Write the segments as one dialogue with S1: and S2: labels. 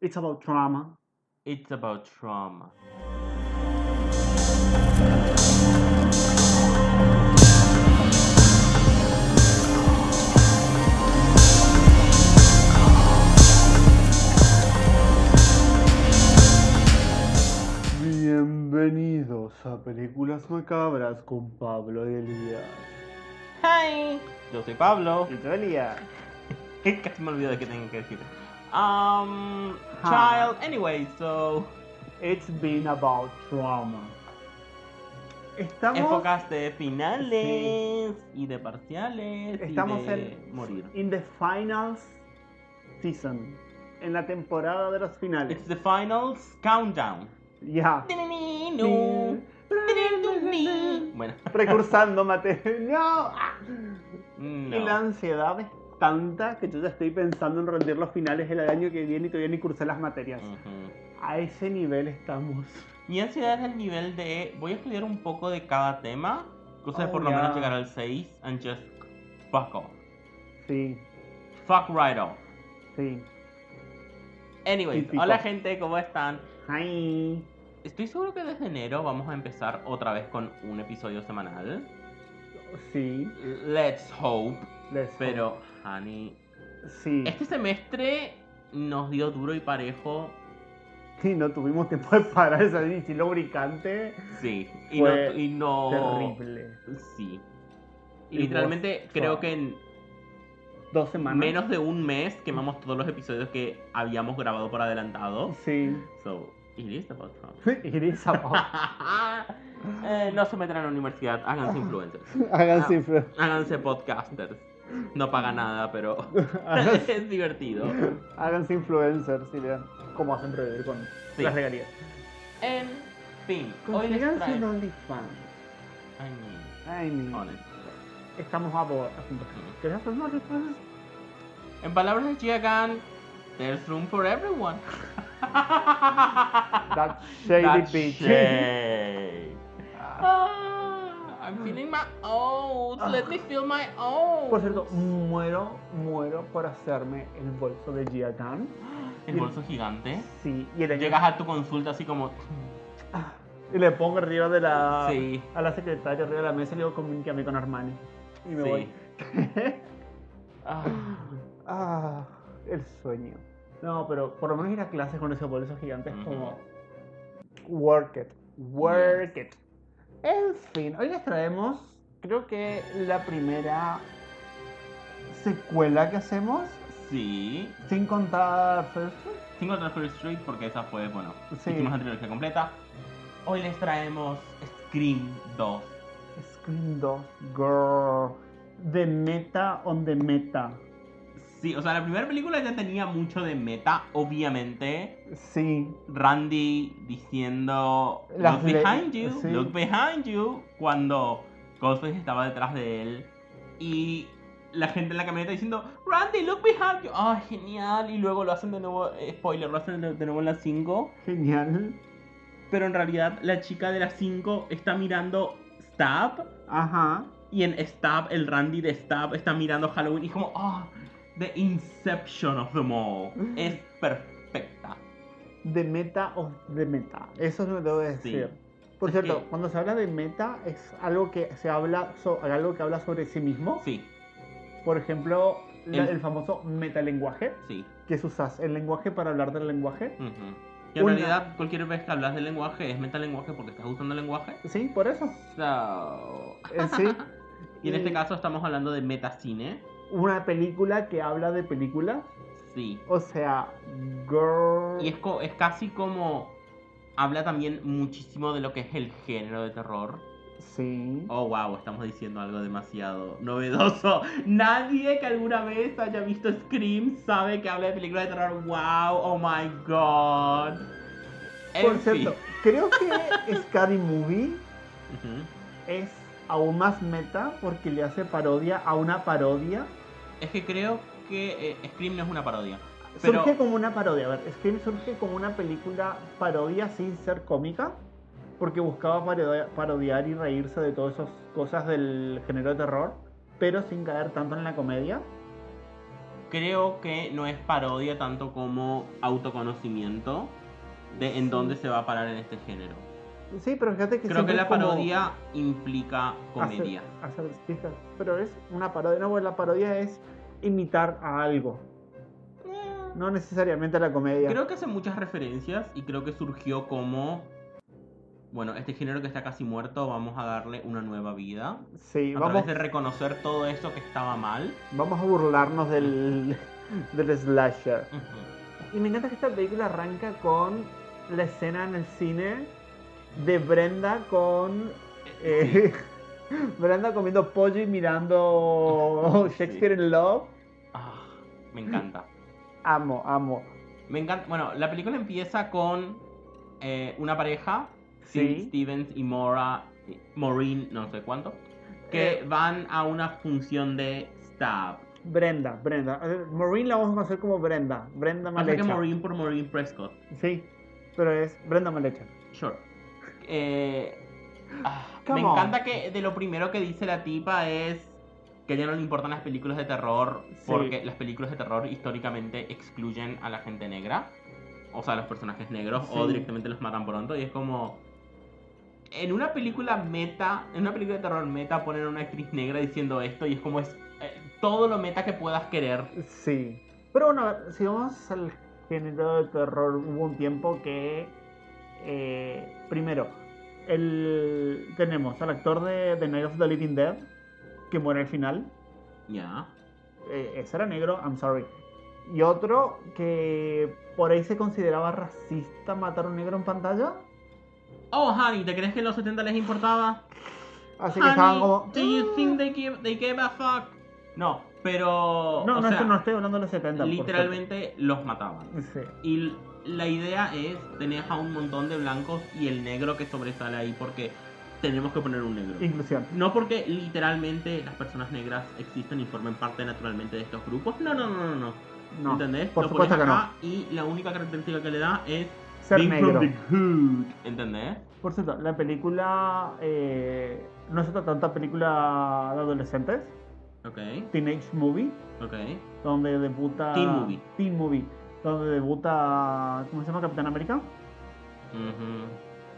S1: It's about trauma.
S2: It's about trauma.
S1: Bienvenidos a Películas Macabras con Pablo y Elías.
S2: Hi. Yo soy Pablo.
S1: Elías.
S2: Casi me olvido de que tengo que decir. Um,
S1: Hi.
S2: child. Anyway, so
S1: It's been about trauma. Estamos,
S2: épocas de finales y de parciales
S1: estamos
S2: y de
S1: en
S2: morir.
S1: In the finals season. En la temporada de los finales.
S2: It's the finals countdown.
S1: Ya.
S2: Bueno.
S1: Recursando, Mate. No. Ah. Y la
S2: No.
S1: ansiedad es tanta que yo ya estoy pensando en rendir los finales del año que viene y todavía ni cursé las materias.
S2: Ujú.
S1: A ese nivel estamos.
S2: Mi ansiedad es el nivel de. Voy a estudiar un poco de cada tema. Cosa de
S1: Oh,
S2: por lo menos
S1: yeah.
S2: llegar al 6 and just fuck off.
S1: Sí,
S2: Fuck right off.
S1: sí.
S2: Anyways,
S1: Típico.
S2: hola gente, ¿cómo están?
S1: Hi.
S2: Estoy seguro que desde enero vamos a empezar otra vez con un episodio semanal.
S1: Sí.
S2: Let's hope.
S1: les-
S2: Pero, honey,
S1: Sí.
S2: este semestre nos dio duro y parejo.
S1: Sí, no tuvimos tiempo de parar esa bici lubricante.
S2: Sí. Y
S1: Fue
S2: no. Y no
S1: Terrible.
S2: Sí. Y
S1: Y
S2: literalmente
S1: vos,
S2: creo
S1: suave.
S2: que en
S1: Dos semanas.
S2: menos de un mes quemamos todos los episodios que habíamos grabado por adelantado.
S1: Sí.
S2: So, it is about Trump.
S1: It is about-
S2: Eh, no se metan a la universidad, háganse influencers. Ah.
S1: Háganse, pero-
S2: Háganse podcasters. No paga nada, pero
S1: háganse-
S2: es divertido.
S1: háganse influencers y vean cómo hacen revivir con
S2: Sí.
S1: las regalías.
S2: En fin, hoy les
S1: Consíganse
S2: traigo...
S1: en OnlyFans.
S2: I mean,
S1: Ay, mi-
S2: honest.
S1: Estamos a bordo. ¿Querés hacer un OnlyFans?
S2: En palabras de Gia Gunn, there's room for everyone.
S1: That shady
S2: That
S1: bitch.
S2: shade.
S1: Ah.
S2: Ah, I'm feeling my oats. Let me feel my oats.
S1: Por cierto, muero, muero por hacerme el bolso de Gia Tan.
S2: el bolso gigante.
S1: Sí, y, el-
S2: Llegas a tu consulta así como.
S1: y le pongo arriba de la.
S2: Sí.
S1: A la secretaria arriba de la mesa y le digo comunícame con Armani. Y me
S2: Sí.
S1: voy.
S2: Ah,
S1: ah, el sueño. No, pero por lo menos ir a clases con esos bolsos gigantes es como. Work it. Work it. En fin, hoy les traemos, creo que la primera secuela que hacemos,
S2: sí.
S1: sin contar First Fruit.
S2: Single Transfer Street, porque esa fue, bueno,
S1: Sí.
S2: hicimos la trilogía completa. Hoy les traemos Scream 2.
S1: Scream 2, girl. De meta on the meta.
S2: Sí, o sea, la primera película ya tenía mucho de meta, obviamente.
S1: Sí,
S2: Randy diciendo
S1: Las
S2: Look
S1: le-
S2: behind you,
S1: sí.
S2: look behind you, cuando Ghostface estaba detrás de él. Y la gente en la camioneta diciendo Randy, look behind you. ¡Ah, genial! Y luego lo hacen de nuevo, eh, spoiler, lo hacen de de nuevo en las 5.
S1: genial.
S2: Pero en realidad la chica de las 5 está mirando Stab.
S1: Ajá.
S2: Y en Stab, el Randy de Stab está mirando Halloween y es como, ah, the inception of them all. Es perfecta.
S1: De meta of the meta. Eso es lo que debo decir. Por
S2: Es
S1: cierto,
S2: que-
S1: cuando se habla de meta es algo que se habla so- algo que habla sobre sí mismo.
S2: Sí,
S1: Por ejemplo, la-
S2: El-
S1: el... famoso metalenguaje,
S2: sí.
S1: que es usar el lenguaje para hablar del lenguaje.
S2: ujú. Que en
S1: Una-
S2: realidad cualquier vez que hablas de lenguaje es metalenguaje porque estás usando el lenguaje.
S1: Sí, por eso.
S2: So...
S1: Eh, sí.
S2: Y en este
S1: Y-
S2: caso estamos hablando de metacine.
S1: Una película que habla de películas.
S2: Sí.
S1: O sea, girl.
S2: Y es, co- es casi como... Habla también muchísimo de lo que es el género de terror.
S1: Sí.
S2: Oh, wow, estamos diciendo algo demasiado novedoso. Nadie que alguna vez haya visto Scream sabe que habla de películas de terror. Wow, oh my god. En
S1: Por
S2: fin.
S1: cierto, creo que Scary Movie
S2: Ujú.
S1: es aún más meta porque le hace parodia a una parodia.
S2: Es que creo que eh, Scream no es una parodia. Pero-
S1: Surge como una parodia. A ver, Scream surge como una película parodia sin ser cómica porque buscaba parodia- parodiar y reírse de todas esas cosas del género de terror, pero sin caer tanto en la comedia.
S2: creo que no es parodia tanto como autoconocimiento de en dónde se va a parar en este género.
S1: Sí, pero fíjate que
S2: Creo que
S1: siempre
S2: la
S1: es como
S2: parodia implica
S1: hacer-
S2: comedia.
S1: Hacer, fijas, pero es una parodia. No, bueno, la parodia es imitar a algo. No necesariamente a la comedia.
S2: Creo que hace muchas referencias y creo que surgió como... Bueno, este género que está casi muerto, vamos a darle una nueva vida.
S1: Sí,
S2: a
S1: vamos,
S2: través de reconocer todo esto que estaba mal.
S1: vamos a burlarnos del, del slasher.
S2: Ujú.
S1: Y me encanta que esta película arranca con la escena en el cine de Brenda con. eh, Brenda comiendo pollo y mirando
S2: Sí.
S1: Shakespeare in Love.
S2: Ah, me encanta.
S1: Amo, amo.
S2: Me encanta. Bueno, la película empieza con eh, una pareja, Tim
S1: Sí.
S2: Stevens y Maura, Maureen, no sé cuánto, que
S1: Eh.
S2: van a una función de Stab.
S1: Brenda, Brenda. Eh, Maureen la vamos a conocer como Brenda. Brenda mal
S2: Pasa que
S1: hecha.
S2: Maureen por Maureen Prescott.
S1: Sí, pero es Brenda mal hecha.
S2: Sure. Eh, ah, me
S1: Come on.
S2: encanta que de lo primero que dice la tipa es que a ella no le importan las películas de terror
S1: Sí.
S2: porque las películas de terror históricamente excluyen a la gente negra, o sea, a los personajes negros o
S1: Sí.
S2: directamente los matan pronto y es como en una película meta, en una película de terror meta ponen a una actriz negra diciendo esto y es como es eh, todo lo meta que puedas querer.
S1: Sí. Pero bueno, a ver, si vamos al género de terror, hubo un tiempo que. eh, primero, el, tenemos al actor de The Night of the Living Dead, que muere al final.
S2: Ya.
S1: Eh, ese era negro, I'm sorry. Y otro que por ahí se consideraba racista matar a un negro en pantalla.
S2: Oh, honey, ¿te crees que en los 70 les importaba?
S1: Así que
S2: Honey,
S1: estaban como. "Mm".
S2: Do you think they give, they gave a fuck? No, pero.
S1: No,
S2: o
S1: no,
S2: sea,
S1: esto no estoy hablando de los 70. por
S2: literalmente los mataban.
S1: suerte. Sí.
S2: Y l- la idea es: tenés a un montón de blancos y el negro que sobresale ahí porque tenemos que poner un negro.
S1: Inclusión.
S2: No porque literalmente las personas negras existen y formen parte naturalmente de estos grupos. No, no, no, no. no.
S1: No.
S2: ¿Entendés?
S1: Por
S2: Lo
S1: supuesto
S2: pones
S1: que no.
S2: acá Y la única característica que le da es.
S1: Ser
S2: being
S1: negro.
S2: from the hood. ¿Entendés?
S1: Por cierto, la película eh, no se trata de una película de adolescentes,
S2: Ok,
S1: Teenage Movie,
S2: ok.
S1: donde debuta.
S2: Teen Movie.
S1: Teen Movie, donde debuta. ¿Cómo se llama Capitán América?
S2: Ujú.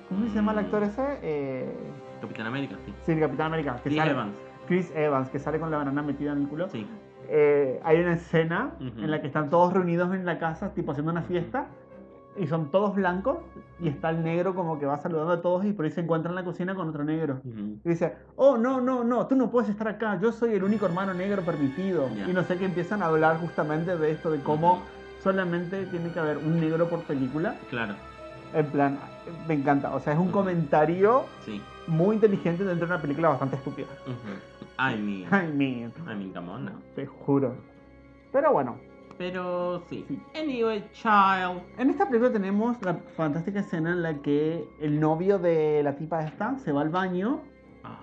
S1: ¿Cómo se llama el
S2: Mm.
S1: actor ese? Eh,
S2: Capitán América, sí.
S1: sí, el Capitán América. Que
S2: Chris
S1: sale,
S2: Evans.
S1: Chris Evans, que sale con la banana metida en el culo.
S2: Sí.
S1: Eh, hay una escena
S2: Ujú.
S1: en la que están todos reunidos en la casa, tipo haciendo una fiesta. Y son todos blancos y está el negro como que va saludando a todos y por ahí se encuentra en la cocina con otro negro. Y dice, oh, no, no, no, tú no puedes estar acá, yo soy el único hermano negro permitido.
S2: Ya.
S1: Y no sé qué empiezan a hablar justamente de esto, de cómo solamente tiene que haber un negro por película.
S2: Claro,
S1: En plan, me encanta. O sea, es un
S2: Ujú.
S1: comentario
S2: sí.
S1: muy inteligente dentro de una película bastante estúpida.
S2: Ujú. I mean,
S1: I mean,
S2: I mean, come on now.
S1: te juro. Pero bueno,
S2: Pero sí.
S1: Sí.
S2: Anyway, child.
S1: en esta película tenemos la fantástica escena en la que el novio de la tipa esta se va al baño
S2: Ah,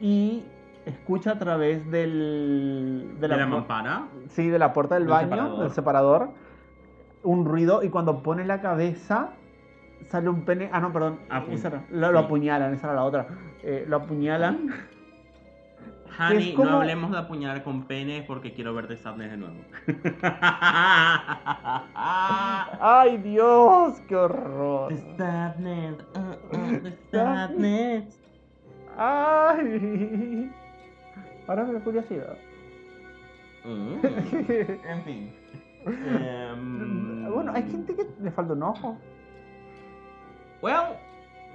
S1: y escucha a través del,
S2: de la,
S1: pu-
S2: mampara.
S1: Sí, de la puerta del
S2: Del
S1: baño,
S2: separador.
S1: del separador, un ruido y cuando pone la cabeza sale un pene. Ah, no, perdón.
S2: Apu-
S1: esa era- lo, lo
S2: sí.
S1: apuñalan, esa era la otra. Eh, lo apuñalan.
S2: Honey,
S1: Es como-
S2: no hablemos de apuñalar con penes porque quiero verte sadness de nuevo.
S1: ¡Ay, Dios! ¡Qué horror!
S2: The sadness, uh, uh, the sadness.
S1: ¡Ay! Ahora me da curiosidad.
S2: Mm. En fin. Em,
S1: bueno, hay gente que le falta un ojo.
S2: Well,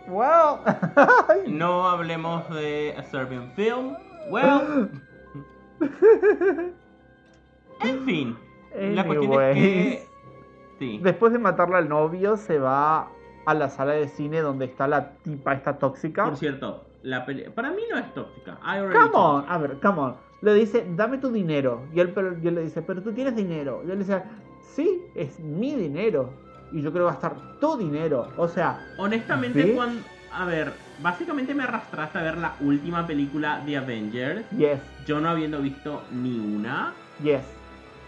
S1: ¡Wow!
S2: no hablemos de a Serbian film. Well, en fin. La cuestión es que. Sí.
S1: Después de matarla al novio, se va a la sala de cine donde está la tipa esta tóxica.
S2: Por cierto, la pele- para mí no es tóxica. I already
S1: Come
S2: told
S1: on,
S2: you.
S1: a ver, come on. Le dice, dame tu dinero. Y él, pero- y él le dice, pero tú tienes dinero. Y él le dice, sí, es mi dinero. Y yo quiero gastar tu dinero. O sea,
S2: Honestamente,
S1: ¿Sí?
S2: cuando. A ver, básicamente me arrastraste a ver la última película de Avengers.
S1: yes,
S2: Yo no habiendo visto ni una.
S1: yes,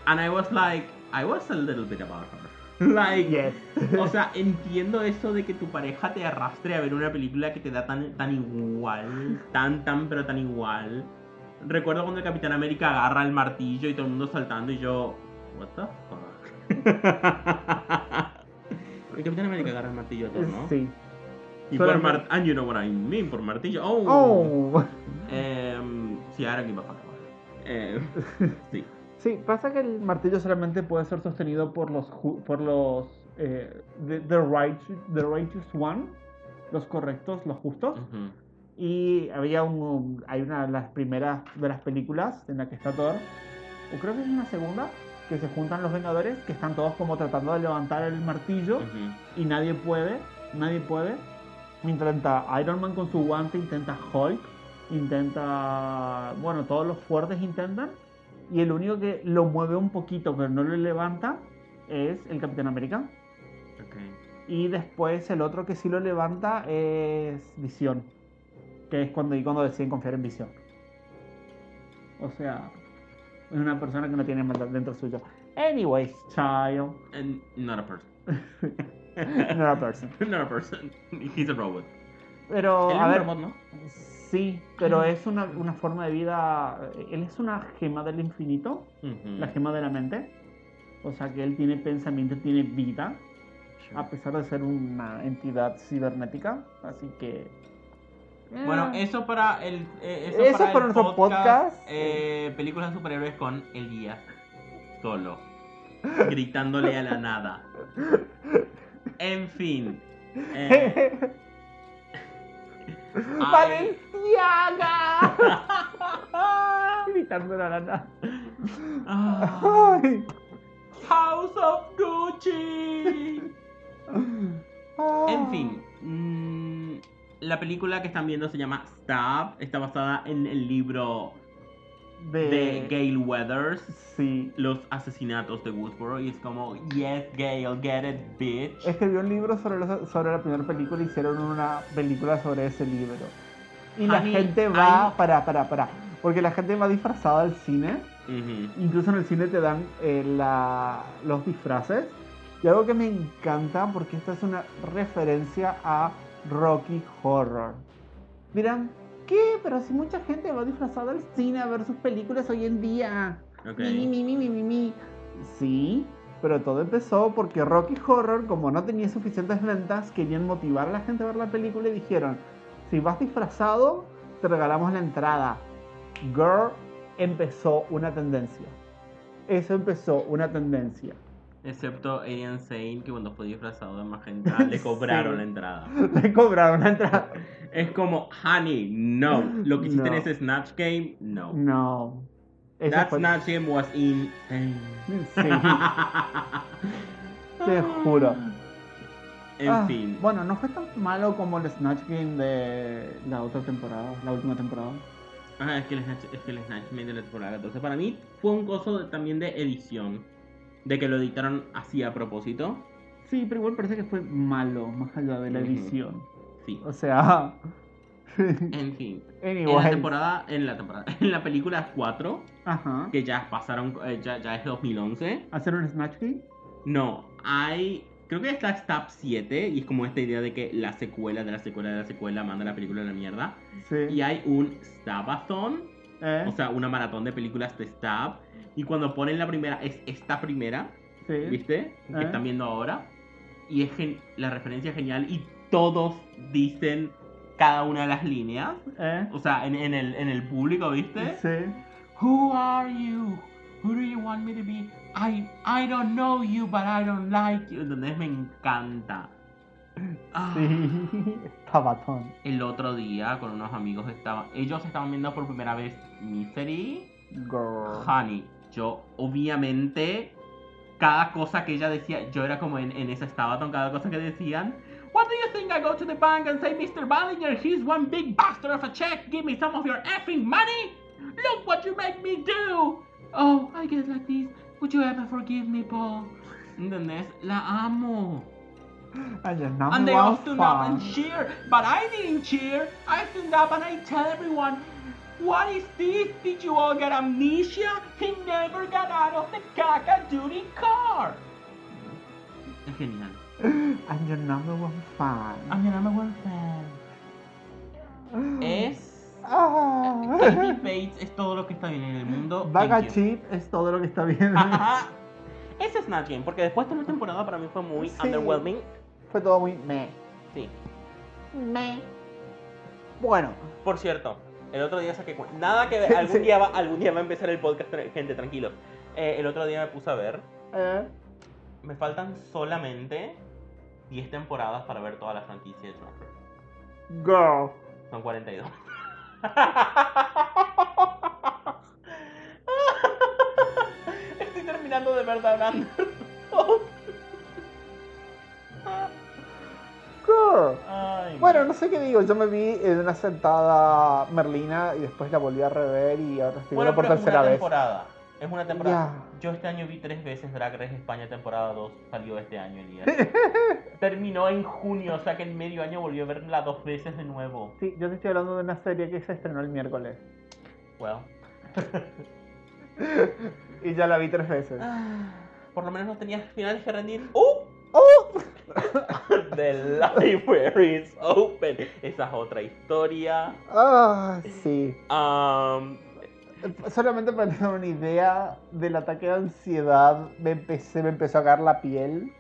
S2: And I was like. I was a little bit about her. Like.
S1: yes.
S2: O sea, entiendo eso de que tu pareja te arrastre a ver una película que te da tan, tan igual, tan, tan, pero tan igual. Recuerdo cuando el Capitán América agarra el martillo y todo el mundo saltando y yo, What the fuck. El Capitán América agarra el martillo de Thor, ¿no?
S1: Sí.
S2: Y por
S1: Solamente-
S2: martillo. And you know what I mean, por martillo. Oh.
S1: Oh.
S2: Em, sí, ahora quién va a pagar. Em, sí.
S1: Sí, pasa que el martillo solamente puede ser sostenido por los ju- por los eh, the, the righteous, the righteous one, los correctos, los justos.
S2: Ujú.
S1: Y había un hay una de las primeras de las películas en la que está Thor, o creo que es una segunda que se juntan los Vengadores que están todos como tratando de levantar el martillo
S2: Ujú.
S1: y nadie puede, nadie puede. Intenta Iron Man con su guante, intenta Hulk, intenta, bueno, todos los fuertes intentan y el único que lo mueve un poquito pero no lo levanta es el Capitán América
S2: Ok.
S1: y después el otro que sí lo levanta es Visión, que es cuando y cuando deciden confiar en Visión. O sea, es una persona que no tiene maldad dentro suyo. Anyways, child,
S2: And not a person.
S1: not a person.
S2: not a person. He's a robot.
S1: Pero
S2: Él es
S1: Oh, a
S2: un
S1: ver,
S2: robot, ¿no?
S1: Sí, pero es una, una forma de vida. Él es una gema del infinito,
S2: Ujú.
S1: la gema de la mente. O sea que él tiene pensamiento, tiene vida,
S2: Sure.
S1: a pesar de ser una entidad cibernética. Así que. eh,
S2: Bueno, eso para el eh, eso,
S1: Eso
S2: para,
S1: para
S2: el
S1: nuestro podcast.
S2: eh, películas de superhéroes con Elías solo gritándole a la nada. En fin. eh, ay,
S1: ¡Valenciaga! Gritando la lana.
S2: ah,
S1: Ay.
S2: House of Gucci.
S1: Ah.
S2: En fin, mm, la película que están viendo se llama Stab. Está basada en el libro
S1: De,
S2: de Gail Weathers.
S1: Sí.
S2: los asesinatos de Woodsboro y es como, yes, Gail, get it, bitch.
S1: escribió un libro sobre, los- sobre la primera película y hicieron una película sobre ese libro. Y la
S2: Honey,
S1: gente va,
S2: I-
S1: para, para, para, porque la gente va disfrazada al cine,
S2: Ujú.
S1: incluso en el cine te dan eh, la- los disfraces. Y algo que me encanta, porque esta es una referencia a Rocky Horror. Dirán, ¿qué? Pero si mucha gente va disfrazada al cine a ver sus películas hoy en día.
S2: Ok.
S1: Mi, mi, mi, mi, mi, mi, mi. Sí, pero todo empezó porque Rocky Horror, como no tenía suficientes ventas, querían motivar a la gente a ver la película y dijeron, si vas disfrazado, te regalamos la entrada. Girl empezó una tendencia. Eso empezó una tendencia.
S2: Excepto Arian Sane, que cuando fue disfrazado de magenta le cobraron
S1: Sí.
S2: la entrada.
S1: Le cobraron la entrada.
S2: Es como, honey, no. Lo que hiciste
S1: No.
S2: en ese Snatch Game, no.
S1: No. Eso
S2: That
S1: fue-
S2: Snatch Game was insane.
S1: Sí. Te juro.
S2: En
S1: Ah,
S2: fin.
S1: Bueno, no fue tan malo como el Snatch Game de la otra temporada, la última temporada.
S2: Ah, es que el Snatch, es que el Snatch Game de la temporada 14 para mí fue un coso de- también de edición. De que lo editaron así a propósito.
S1: Sí, pero igual parece que fue malo, más allá de la
S2: Ujú.
S1: edición.
S2: Sí.
S1: O sea.
S2: En fin. En la
S1: anyway.
S2: temporada, en la temporada, en la película 4,
S1: Ajá.
S2: que ya pasaron, eh, ya, ya es 2011.
S1: ¿Hacer un Snatch Game?
S2: No, hay, creo que está Stab 7 y es como esta idea de que la secuela de la secuela de la secuela manda la película a la mierda.
S1: Sí.
S2: Y hay un Stabathon,
S1: Eh,
S2: o sea, una maratón de películas de Stab. Y cuando ponen la primera, es esta primera,
S1: sí.
S2: ¿viste?
S1: Eh.
S2: Que están viendo ahora. Y es gen- la referencia es genial y todos dicen cada una de las líneas.
S1: Eh,
S2: O sea, en, en el, en el público, ¿viste?
S1: sí.
S2: Who are you? Who do you want me to be? I, I don't know you, but I don't like you. ¿Entendés? Me encanta. Ah,
S1: Sí. Tabatón.
S2: El otro día con unos amigos estaban... Ellos estaban viendo por primera vez Misery.
S1: Girl.
S2: Honey, yo obviamente... Cada cosa que ella decía, yo era como en, en esa Stabaton, cada cosa que decían. What do you think I go to the bank and say, Mr. Ballinger, he's one big bastard of a check, give me some of your effing money? Look what you make me do! Oh, I get like this. Would you ever forgive me, Paul? ¿Entendés? La amo.
S1: Ay, ya, no
S2: and
S1: me
S2: they
S1: va
S2: all
S1: a
S2: stood up and
S1: fan.
S2: cheer, but I didn't cheer. I stood up and I tell everyone, what is this? Did you all get amnesia? He never got out of the caca duty car. Es genial.
S1: I'm your number one fan.
S2: I'm your number one fan. Es...
S1: Ah.
S2: Kathy Bates es todo lo que está bien en el mundo.
S1: Vaga
S2: Thank you.
S1: Chip es todo lo que está bien.
S2: Ajá. viste Snatch Game, porque después de la temporada para mí fue muy
S1: Sí.
S2: underwhelming.
S1: Fue todo muy meh.
S2: Sí.
S1: Meh. Bueno,
S2: Por cierto, el otro día saqué cuen- Nada que ver,
S1: Sí,
S2: algún,
S1: sí.
S2: día va, algún día va a empezar el podcast, tra- gente, tranquilos. Eh, el otro día me puse a ver.
S1: eh,
S2: Me faltan solamente 10 temporadas para ver toda la franquicia de Joker.
S1: girl.
S2: Son 42. Estoy terminando de ver Down Under.
S1: Girl.
S2: Ay,
S1: Bueno,
S2: no.
S1: no sé qué digo, yo me vi en una sentada Merlina y después la volví a rever y ahora estoy
S2: Bueno,
S1: viendo por
S2: pero es
S1: tercera
S2: una
S1: vez.
S2: temporada. Es una temporada. Yo este año vi tres veces Drag Race España temporada 2. Salió este año, Elías. Terminó en junio, o sea que en medio año volvió a verla dos veces de nuevo.
S1: Sí, yo te estoy hablando de una serie que se estrenó el miércoles
S2: Well.
S1: y ya la vi tres veces.
S2: Ah, Por lo menos no tenías finales que rendir. ¡Oh!
S1: ¡Oh!
S2: The library is open. Esa es otra historia. Um,
S1: Ah, sí.
S2: Am,
S1: Solamente para tener una idea del ataque de ansiedad, me, empecé, me empezó a caer la piel.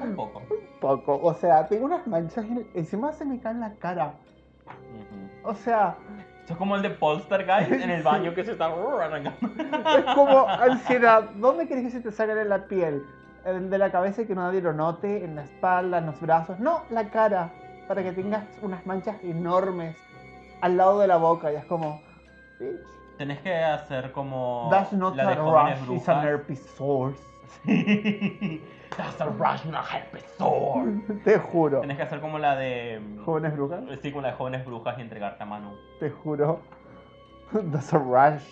S2: un poco.
S1: Poco, o sea, tengo unas manchas en- encima se me cae en la cara.
S2: Ujú.
S1: O sea,
S2: Eso es como el de Poltergeist en el
S1: Sí.
S2: baño que se está arrancando.
S1: Es como ansiedad. ¿Dónde querés que se te salga de la piel? El de la cabeza y que nadie lo note, en la espalda, en los brazos. No, la cara. Para que tengas unas manchas enormes al lado de la boca. Y es como. Bitch.
S2: Tenés que hacer como
S1: That's not
S2: Oh, la de
S1: a
S2: jóvenes
S1: rush, it's an
S2: brujas.
S1: herpesource.
S2: That's a rush, not a episode.
S1: Te juro.
S2: Tenés que hacer como la de mm,
S1: Jóvenes brujas,
S2: sí, como la de jóvenes brujas y entregarte a Manu.
S1: te juro. That's a rush.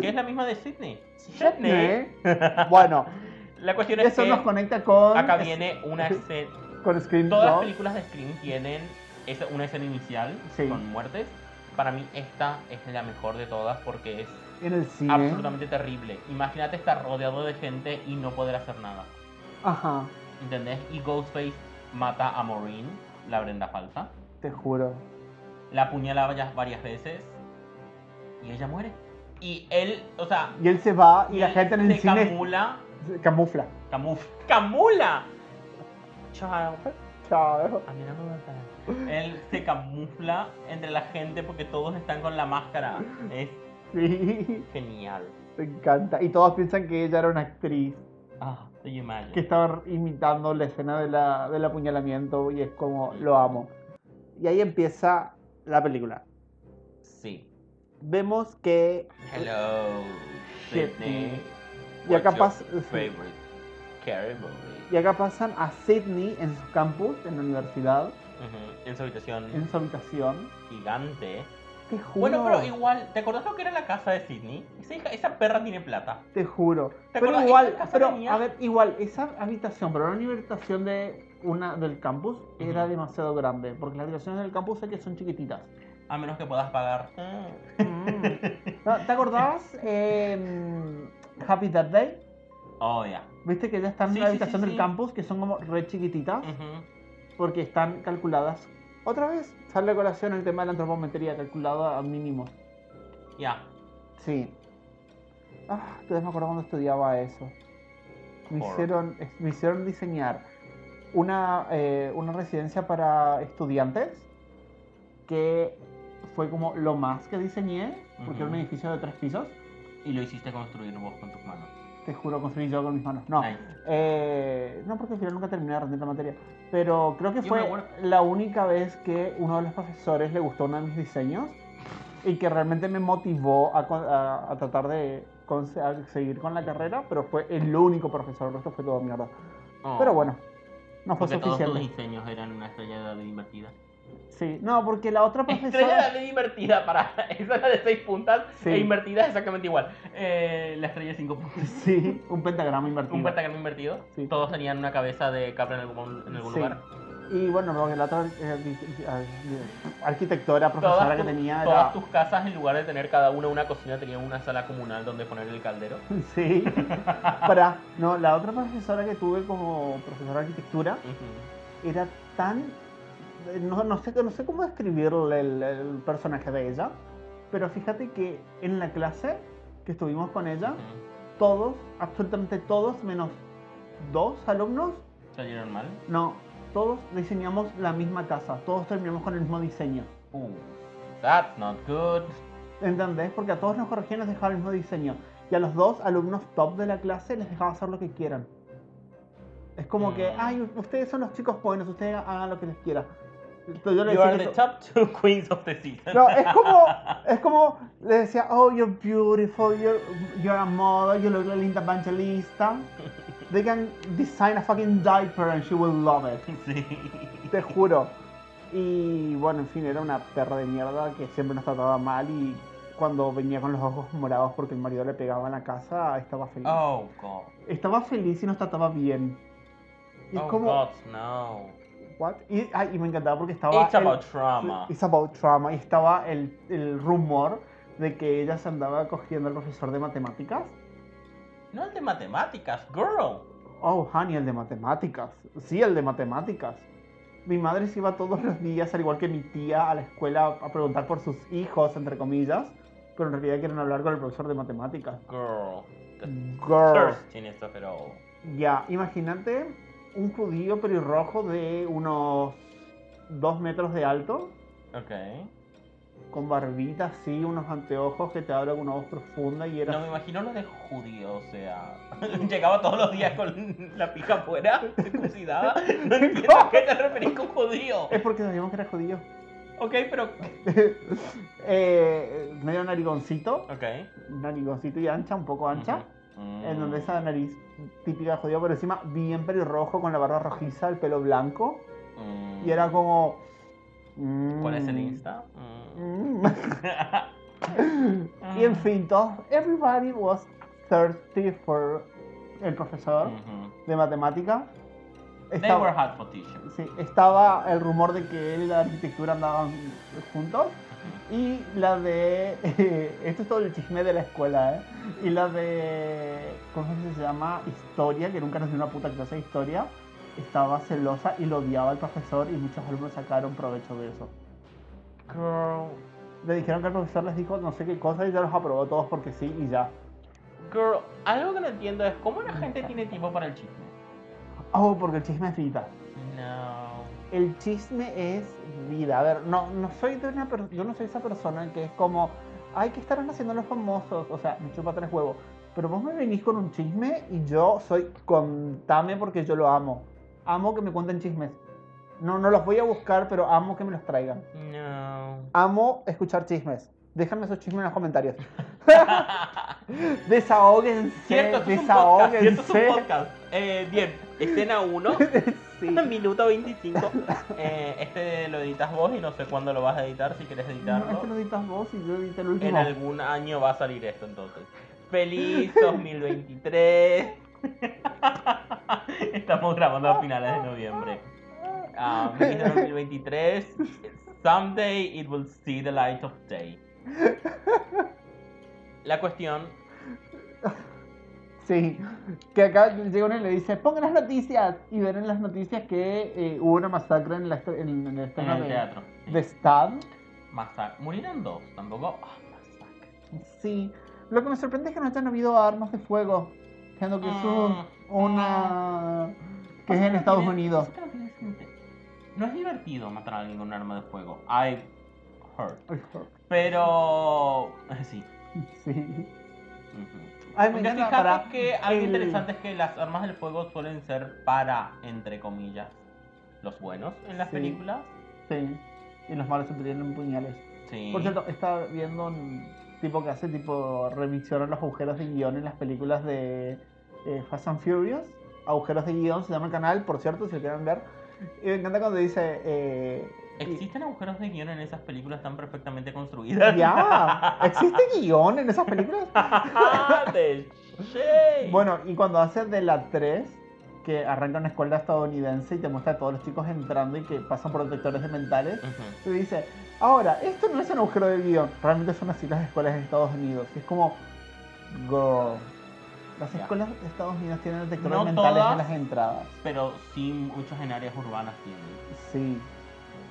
S2: Que es la misma de Sydney.
S1: ¿Eh? Bueno,
S2: La cuestión es
S1: eso
S2: que
S1: nos conecta con.
S2: acá viene una escena
S1: Con Scream
S2: Todas las
S1: 2.
S2: películas de Scream tienen esa- una escena inicial
S1: Sí.
S2: con muertes. Para mí esta es la mejor de todas porque es
S1: En el cine.
S2: absolutamente terrible. Imagínate estar rodeado de gente y no poder hacer nada.
S1: Ajá,
S2: ¿Entendés? Y Ghostface mata a Maureen, la Brenda falsa.
S1: te juro.
S2: La apuñala varias, varias veces y ella muere. Y él, o sea,
S1: Y él se va y la
S2: él
S1: gente en el
S2: se
S1: cine
S2: camula,
S1: se camufla.
S2: camuf, camula. Chao. pues,
S1: Chao.
S2: A mí no me va a parar. Él se camufla entre la gente porque todos están con la máscara. Es
S1: Sí,
S2: genial.
S1: me encanta. Y todos piensan que ella era una actriz
S2: Ah, te imagino.
S1: que estaba imitando la escena de la, del apuñalamiento y es como, lo amo. Y ahí empieza la película.
S2: Sí.
S1: Vemos que...
S2: Hello, Sydney.
S1: Y acá,
S2: What's
S1: pas-
S2: your favorite scary movie?
S1: y acá pasan a Sydney en su campus, en la universidad,
S2: Ujú, En su habitación
S1: en su habitación.
S2: gigante.
S1: Te juro,
S2: Bueno, pero igual, ¿te acordás lo que era la casa de Sydney? Esa, hija- esa perra tiene plata.
S1: te juro. Pero
S2: acordás?
S1: igual,
S2: Esa casa
S1: pero
S2: tenía-
S1: a ver, igual, esa habitación, pero la habitación de una del campus era
S2: Ujú.
S1: demasiado grande, porque las habitaciones del campus sé que son chiquititas.
S2: A menos que puedas pagar.
S1: Mm.
S2: Mm.
S1: No, ¿Te acordabas? eh, Happy That Day.
S2: Oh, ya.
S1: Viste que ya están
S2: Sí,
S1: en la
S2: sí,
S1: habitación
S2: sí,
S1: del
S2: sí. Eh.
S1: campus que son como re chiquititas
S2: Ujú.
S1: porque están calculadas. Otra vez sale a colación el tema de la antropometría calculada a mínimos.
S2: Ya.
S1: Sí. Ah, todavía me acuerdo cuando estudiaba eso. Me
S2: Horror.
S1: hicieron, es- me hicieron diseñar una, eh, una residencia para estudiantes que fue como lo más que diseñé, porque era un
S2: Ujú.
S1: edificio de tres pisos.
S2: Y lo hiciste construir vos con tus manos.
S1: Te juro, construí yo con mis manos. No,
S2: Nice.
S1: eh, no porque al final nunca terminé de rendir la materia. Pero creo que
S2: Yo
S1: fue
S2: me acuerdo-
S1: la única vez que uno de los profesores le gustó uno de mis diseños y que realmente me motivó a, con- a- a tratar de conse- a seguir con la carrera, pero fue el único profesor, el resto fue todo mierda.
S2: Oh.
S1: Pero bueno, no fue
S2: Porque todos tus
S1: suficiente.
S2: diseños eran una estrella de David invertida.
S1: Sí, no, porque la otra
S2: Estrella de
S1: profesora...
S2: David invertida, para. Esa era de 6 puntas.
S1: Sí.
S2: E invertida es exactamente igual. Eh, la estrella de 5 puntas.
S1: Sí, un pentagrama invertido.
S2: Un pentagrama invertido.
S1: Sí.
S2: Todos tenían una cabeza de cabra en algún, en algún
S1: Sí.
S2: lugar.
S1: Y bueno, porque la otra eh, di- di- arquitectora, profesora
S2: Todas
S1: que
S2: tus-
S1: tenía
S2: Todas
S1: era...
S2: tus casas, en lugar de tener cada una una cocina, tenían una sala comunal donde poner el caldero.
S1: Sí. Para, no, la otra profesora que tuve como profesora de arquitectura
S2: Ujú.
S1: era tan. eh, No, no, sé, no sé cómo describir el, el personaje de ella, pero fíjate que en la clase que estuvimos con ella,
S2: Ujú.
S1: todos, absolutamente todos, menos dos alumnos,
S2: ¿Salieron mal?
S1: no, todos diseñamos la misma casa, todos terminamos con el mismo diseño.
S2: Uh, that's not good.
S1: ¿Entendés? Porque a todos nos corregían y nos dejaban el mismo diseño. Y a los dos alumnos top de la clase les dejaba hacer lo que quieran. Es como que,
S2: Mm.
S1: ay, ustedes son los chicos buenos, ustedes hagan lo que les quiera. Entonces yo le
S2: You
S1: decía
S2: are
S1: que
S2: the
S1: so-
S2: top two queens of the season.
S1: No, es como, es como, le decía, oh, you're beautiful, you're, you're a model, you look like Linda Evangelista. They can design a fucking diaper and she will love it.
S2: sí.
S1: Te juro. Y bueno, en fin, era una perra de mierda que siempre nos trataba mal y cuando venía con los ojos morados porque el marido le pegaba en la casa, estaba feliz.
S2: Oh, God.
S1: Estaba feliz y nos trataba bien. Y es
S2: oh,
S1: como,
S2: God, no.
S1: what? Y, ay, y me encantaba porque estaba...
S2: It's
S1: el-
S2: about trauma.
S1: It's about trauma. Y estaba el, el rumor de que ella se andaba cogiendo al profesor de matemáticas.
S2: No el de matemáticas, girl.
S1: Oh, honey, el de matemáticas. Sí, el de matemáticas. Mi madre se iba todos los días, al igual que mi tía, a la escuela a preguntar por sus hijos, entre comillas, pero en realidad quieren hablar con el profesor de matemáticas.
S2: Girl. The
S1: Mm. Girl.
S2: First in stuff at all.
S1: Ya, imagínate un judío pelirrojo de unos dos metros de alto,
S2: Okay.
S1: con barbita así, unos anteojos que te abren una voz profunda y era
S2: No me imagino lo de judío, o sea. Llegaba todos los días con la pija afuera, circuncidada. No entiendo a qué te referís con judío.
S1: Es porque sabíamos que era judío.
S2: Ok, pero.
S1: eh, medio narigoncito,
S2: Ok.
S1: narigoncito y ancha, un poco ancha,
S2: Ujú. Mm.
S1: en donde esa nariz típica de judío, pero encima bien pelirrojo, con la barba rojiza, el pelo blanco,
S2: Mm.
S1: y era como... mm,
S2: ¿Cuál es el Insta?
S1: mm.
S2: Mm.
S1: y en fin, todos, everybody was thirsty for el profesor
S2: Ujú.
S1: de matemática.
S2: They
S1: Estaba-
S2: were hot for teachers.
S1: Sí, estaba el rumor de que él y la arquitectura andaban juntos. Y la de. esto es todo el chisme de la escuela, ¿eh? Y la de. ¿Cómo es que se llama? Historia, que nunca nos dio una puta clase de historia. Estaba celosa y lo odiaba al profesor y muchos alumnos sacaron provecho de eso.
S2: Girl.
S1: Le dijeron que el profesor les dijo no sé qué cosa y ya los aprobó todos porque sí y ya.
S2: Girl, algo que no entiendo es cómo la gente tiene tiempo para el chisme.
S1: Oh, porque el chisme es vida.
S2: No.
S1: El chisme es vida. A ver, no, no soy de una per- yo no soy esa persona que es como, ay, ¿qué estarán haciendo los famosos? O sea, me chupa tres huevos. Pero vos me venís con un chisme y yo soy, contame porque yo lo amo. Amo que me cuenten chismes. No, no los voy a buscar, pero amo que me los traigan.
S2: No.
S1: Amo escuchar chismes. Déjame esos chismes en los comentarios. Desahóguense,
S2: Cierto, esto es un podcast. Cierto, es un
S1: desahóguense.
S2: podcast. Eh, bien, escena 1,
S1: Sí.
S2: minuto 25. Eh, este lo editas vos y no sé cuándo lo vas a editar, si quieres
S1: No,
S2: editarlo.
S1: esto lo editas vos y yo edito el
S2: En
S1: último.
S2: algún año va a salir esto entonces. ¡Feliz 2023! Estamos grabando a finales de noviembre. Ah, feliz 2023. Someday it will see the light of day. La cuestión
S1: Sí, que acá llega uno y le dice, pongan las noticias. Y ven en las noticias que eh, hubo una masacre en, la, est- en, en el
S2: en
S1: estreno
S2: el
S1: de,
S2: teatro. sí.
S1: de Stan.
S2: Masacre. Murieron dos, tampoco. ah, masacre.
S1: Sí, lo que me sorprende es que no hayan habido armas de fuego. Siendo que es un-
S2: Mm,
S1: una... que es
S2: Eso
S1: en
S2: no
S1: Estados
S2: tiene-
S1: Unidos.
S2: eso no tiene sentido. No es divertido matar a alguien con un arma de fuego. I heard. Pero. Sí.
S1: Sí.
S2: Ujú.
S1: Ay, me
S2: Aunque
S1: encanta
S2: fíjate
S1: para...
S2: que algo
S1: el-
S2: interesante es que las armas del fuego suelen ser para, entre comillas, los buenos en las
S1: Sí.
S2: películas.
S1: Sí, y los malos siempre tienen puñales.
S2: Sí.
S1: Por cierto, estaba viendo un tipo que hace tipo revisión a los agujeros de guión en las películas de eh, Fast and Furious. Agujeros de guión se llama el canal, por cierto, si lo quieren ver. Y me encanta cuando dice. eh,
S2: ¿Existen agujeros de guión en esas películas tan perfectamente
S1: Ya,
S2: construidas?
S1: ¿existe guión en esas películas?
S2: The shit.
S1: Bueno, y cuando hace de la 3, que arranca una escuela estadounidense y te muestra a todos los chicos entrando y que pasan por detectores de mentales,
S2: Ujú.
S1: te dice, ahora, esto no es un agujero de guión, realmente son así las escuelas de Estados Unidos. Y es como, girl. Las
S2: Ya.
S1: escuelas de Estados Unidos tienen detectores
S2: No
S1: mentales
S2: todas.
S1: en las entradas.
S2: Pero sí, muchas en áreas urbanas tienen.
S1: Sí.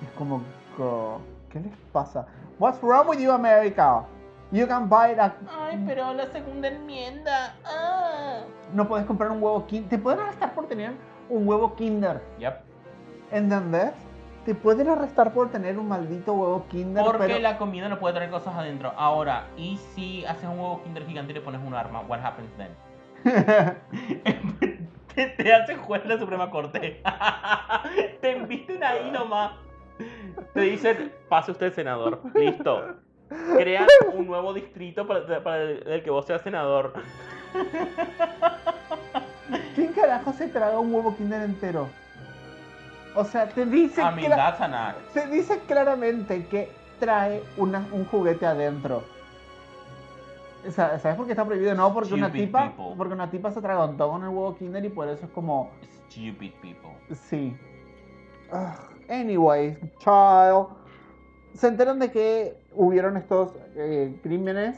S1: Es como, girl, ¿qué les pasa? What's wrong with you, America? You can buy a...
S2: Ay, pero la segunda enmienda. Ah.
S1: No podés comprar un huevo Kinder. Te pueden arrestar por tener un huevo Kinder.
S2: Yep.
S1: ¿Entendés? Te pueden arrestar por tener un maldito huevo Kinder.
S2: Porque
S1: pero...
S2: la comida no puede traer cosas adentro. Ahora, ¿y si haces un huevo Kinder gigante y le pones un arma? What happens then? te, te hacen juez de la Suprema Corte. te inviten ahí nomás. Te dicen, pase usted senador. Listo. Crean un nuevo distrito para, para el, el que vos seas senador.
S1: ¿Quién carajo se traga un huevo Kinder entero? O sea, te dice,
S2: I mean,
S1: cla-
S2: that's an act.
S1: te dice claramente que trae una- un juguete adentro. O sea, ¿Sabes por qué está prohibido? No, porque una
S2: Stupid
S1: tipa,
S2: people.
S1: porque una tipa se atragantó con el huevo Kinder y por eso es como
S2: Stupid people.
S1: Sí. Anyways, child. Se enteran de que hubieron estos eh, crímenes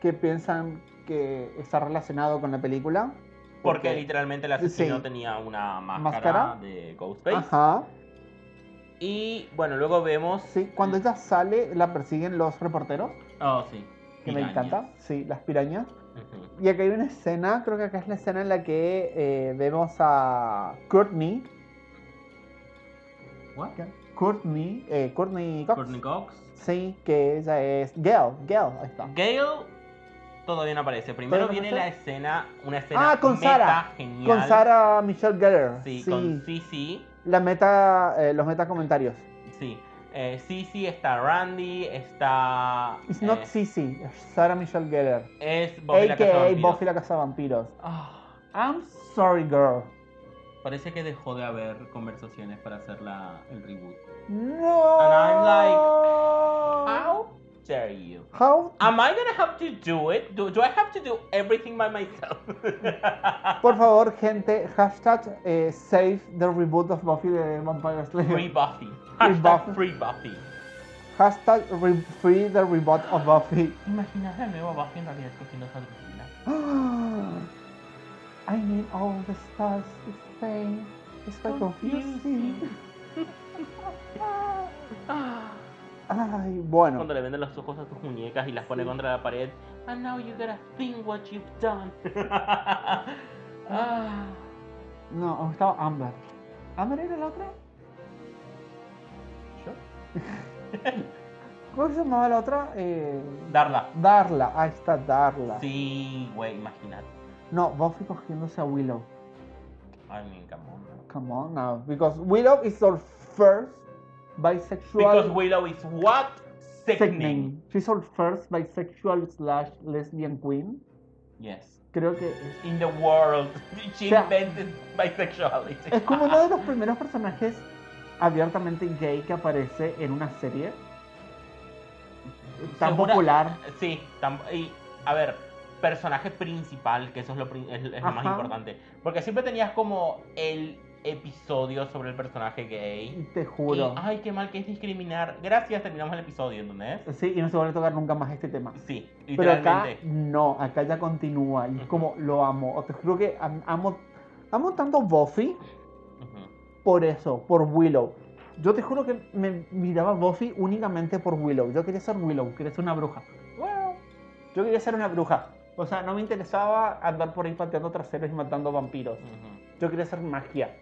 S1: que piensan que está relacionado con la película.
S2: Porque literalmente el asesino
S1: Sí.
S2: tenía una máscara,
S1: Máscara.
S2: de Ghostface.
S1: Ajá.
S2: Y bueno, luego vemos.
S1: Sí, cuando
S2: Mm.
S1: ella sale, la persiguen los reporteros,
S2: Oh, sí.
S1: que
S2: Pirañas.
S1: me encanta. Sí, las pirañas.
S2: Ujú.
S1: Y acá hay una escena, creo que acá es la escena en la que eh, vemos a Courtney.
S2: What?
S1: Courtney, eh, Courtney Cox.
S2: Courtney Cox.
S1: Sí, que ella es Gail, Gail, ahí está.
S2: Gale todavía no aparece. Primero
S1: ¿Todavía no
S2: viene la
S1: aparece?
S2: escena, una escena
S1: Ah, con
S2: meta
S1: Sara.
S2: genial.
S1: Con Sarah Michelle Gellar.
S2: Sí, con Sisi.
S1: La meta, eh, los meta comentarios.
S2: Sí. Eh, Sisi, está Randy, está.
S1: It's
S2: eh,
S1: not Sissy, es Sarah Michelle Gellar.
S2: es Buffy la
S1: AKA
S2: Cazavampiros.
S1: Buffy la Cazavampiros.
S2: Ah,
S1: I'm sorry, girl.
S2: parece que dejó de haber conversaciones para hacer la, el reboot.
S1: No.
S2: And I'm like,
S1: how?
S2: How dare you?
S1: How?
S2: Am I gonna have to do it? Do, do I have to do everything by myself?
S1: Por favor, gente, hashtag eh, save the reboot of Buffy the Vampire
S2: free
S1: Slayer.
S2: Buffy.
S1: Free
S2: Hashtag
S1: Buffy.
S2: free Buffy.
S1: Hashtag re- free the reboot of Buffy.
S2: Imagina la nueva Buffy en realidad cogiendo esa rutina.
S1: I need all the stars to stay. It's quite confusing. Ay, bueno.
S2: Cuando le venden los ojos a tus muñecas y las pone
S1: Sí.
S2: contra la pared. And now you gotta think what you've done. Ah.
S1: No, me estaba Amber. ¿Amber era la otra? ¿Cómo se llamaba la otra? Eh,
S2: Darla.
S1: Darla, ahí está Darla.
S2: Sí, güey, imagínate.
S1: No, Buffy cogiéndose a Willow.
S2: I mean, come on.
S1: Come on now, because Willow is our first
S2: Because
S1: bisexual
S2: Willow is what? Sickening.
S1: sickening. She's our first bisexual slash lesbian queen.
S2: Yes.
S1: Creo que es
S2: in the world. She
S1: O sea,
S2: invented bisexuality.
S1: Es como uno de los primeros personajes abiertamente gay que aparece en una serie tan
S2: Segura-
S1: popular.
S2: Sí, tam- y, a ver, personaje principal, que eso es lo, prin- es- es lo más
S1: Ajá.
S2: importante. Porque siempre tenías como el episodio sobre el personaje
S1: Y
S2: gay.
S1: te juro.
S2: Y, ah. ay, qué mal que es discriminar. Gracias, terminamos el episodio, ¿entendés?
S1: Sí, y no se vuelve a tocar nunca más este tema.
S2: Sí,
S1: Pero acá
S2: literalmente.
S1: no, acá ya continúa y es
S2: Ujú.
S1: como lo amo. O te juro que am- amo, amo tanto Buffy
S2: Ujú.
S1: por eso, por Willow. Yo te juro que me miraba Buffy únicamente por Willow. Yo quería ser Willow, quería ser una bruja. Yo quería ser una bruja. O sea, no me interesaba andar por ahí pateando traseros y matando vampiros.
S2: Ujú.
S1: Yo quería hacer magia.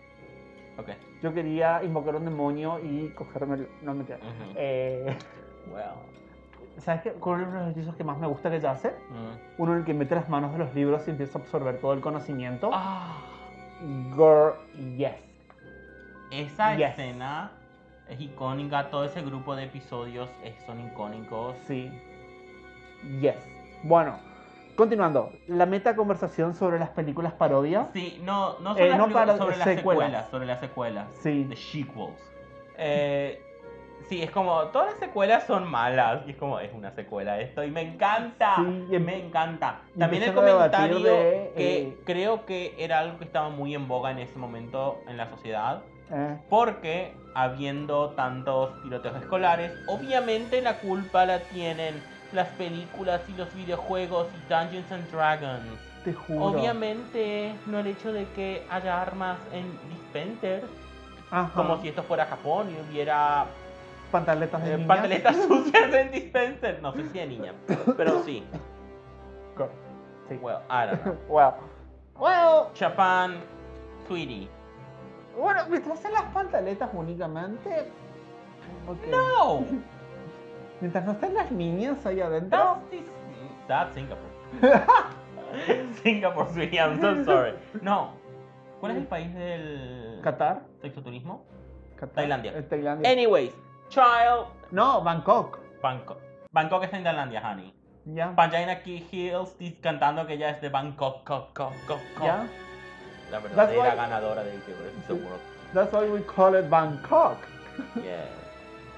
S2: Ok.
S1: Yo quería invocar un demonio y cogerme. No me
S2: Ujú.
S1: eh,
S2: Well.
S1: ¿Sabes qué? ¿Cuál es uno de los hechizos que más me gusta que ella hace?
S2: Mm.
S1: Uno en el que mete las manos de los libros y empieza a absorber todo el conocimiento.
S2: Ah,
S1: Girl, yes.
S2: esa
S1: Yes.
S2: escena es icónica. Todo ese grupo de episodios eh, son icónicos.
S1: Sí. Yes. Bueno, continuando. La meta conversación sobre las películas parodias.
S2: Sí, no, no
S1: Eh,
S2: sobre, las,
S1: no
S2: películas,
S1: para-
S2: sobre las
S1: secuelas.
S2: secuelas. sobre las secuelas,
S1: Sí.
S2: the sequels. Eh, sí, es como, todas las secuelas son malas, y es como, es una secuela esto, y me encanta,
S1: Sí, y em-
S2: me encanta.
S1: y
S2: También el
S1: empezaron a debatir
S2: comentario
S1: de,
S2: que
S1: eh,
S2: creo que era algo que estaba muy en boga en ese momento en la sociedad,
S1: Eh,
S2: porque habiendo tantos tiroteos escolares, obviamente la culpa la tienen las películas y los videojuegos y Dungeons and Dragons.
S1: te juro.
S2: Obviamente, no el hecho de que haya armas en dispensers,
S1: Ajá.
S2: como si esto fuera Japón y hubiera
S1: pantaletas de
S2: Eh,
S1: niña.
S2: Pantaletas sucias en dispenser. No sé si de niña, pero sí.
S1: Co- Sí.
S2: Well, I don't know.
S1: Wow. Wow.
S2: Japan, sweetie.
S1: Bueno, mientras sean las pantaletas únicamente. ok.
S2: No,
S1: Mientras no estén las niñas ahí adentro.
S2: that's, this, that's Singapore. Singapore, sweetie, I'm so sorry. No. ¿Cuál es el país del
S1: Qatar.
S2: sexoturismo?
S1: Qatar.
S2: Tailandia.
S1: Eh, Tailandia.
S2: Anyways, child.
S1: No, Bangkok.
S2: Bangkok. Bangkok está en Tailandia, honey.
S1: Ya.
S2: Vagina Key Hills dis- cantando que ella es de Bangkok, co, co, co, co.
S1: Ya.
S2: La verdadera
S1: That's why-
S2: ganadora del que It's the World.
S1: That's why we call it Bangkok.
S2: Yeah.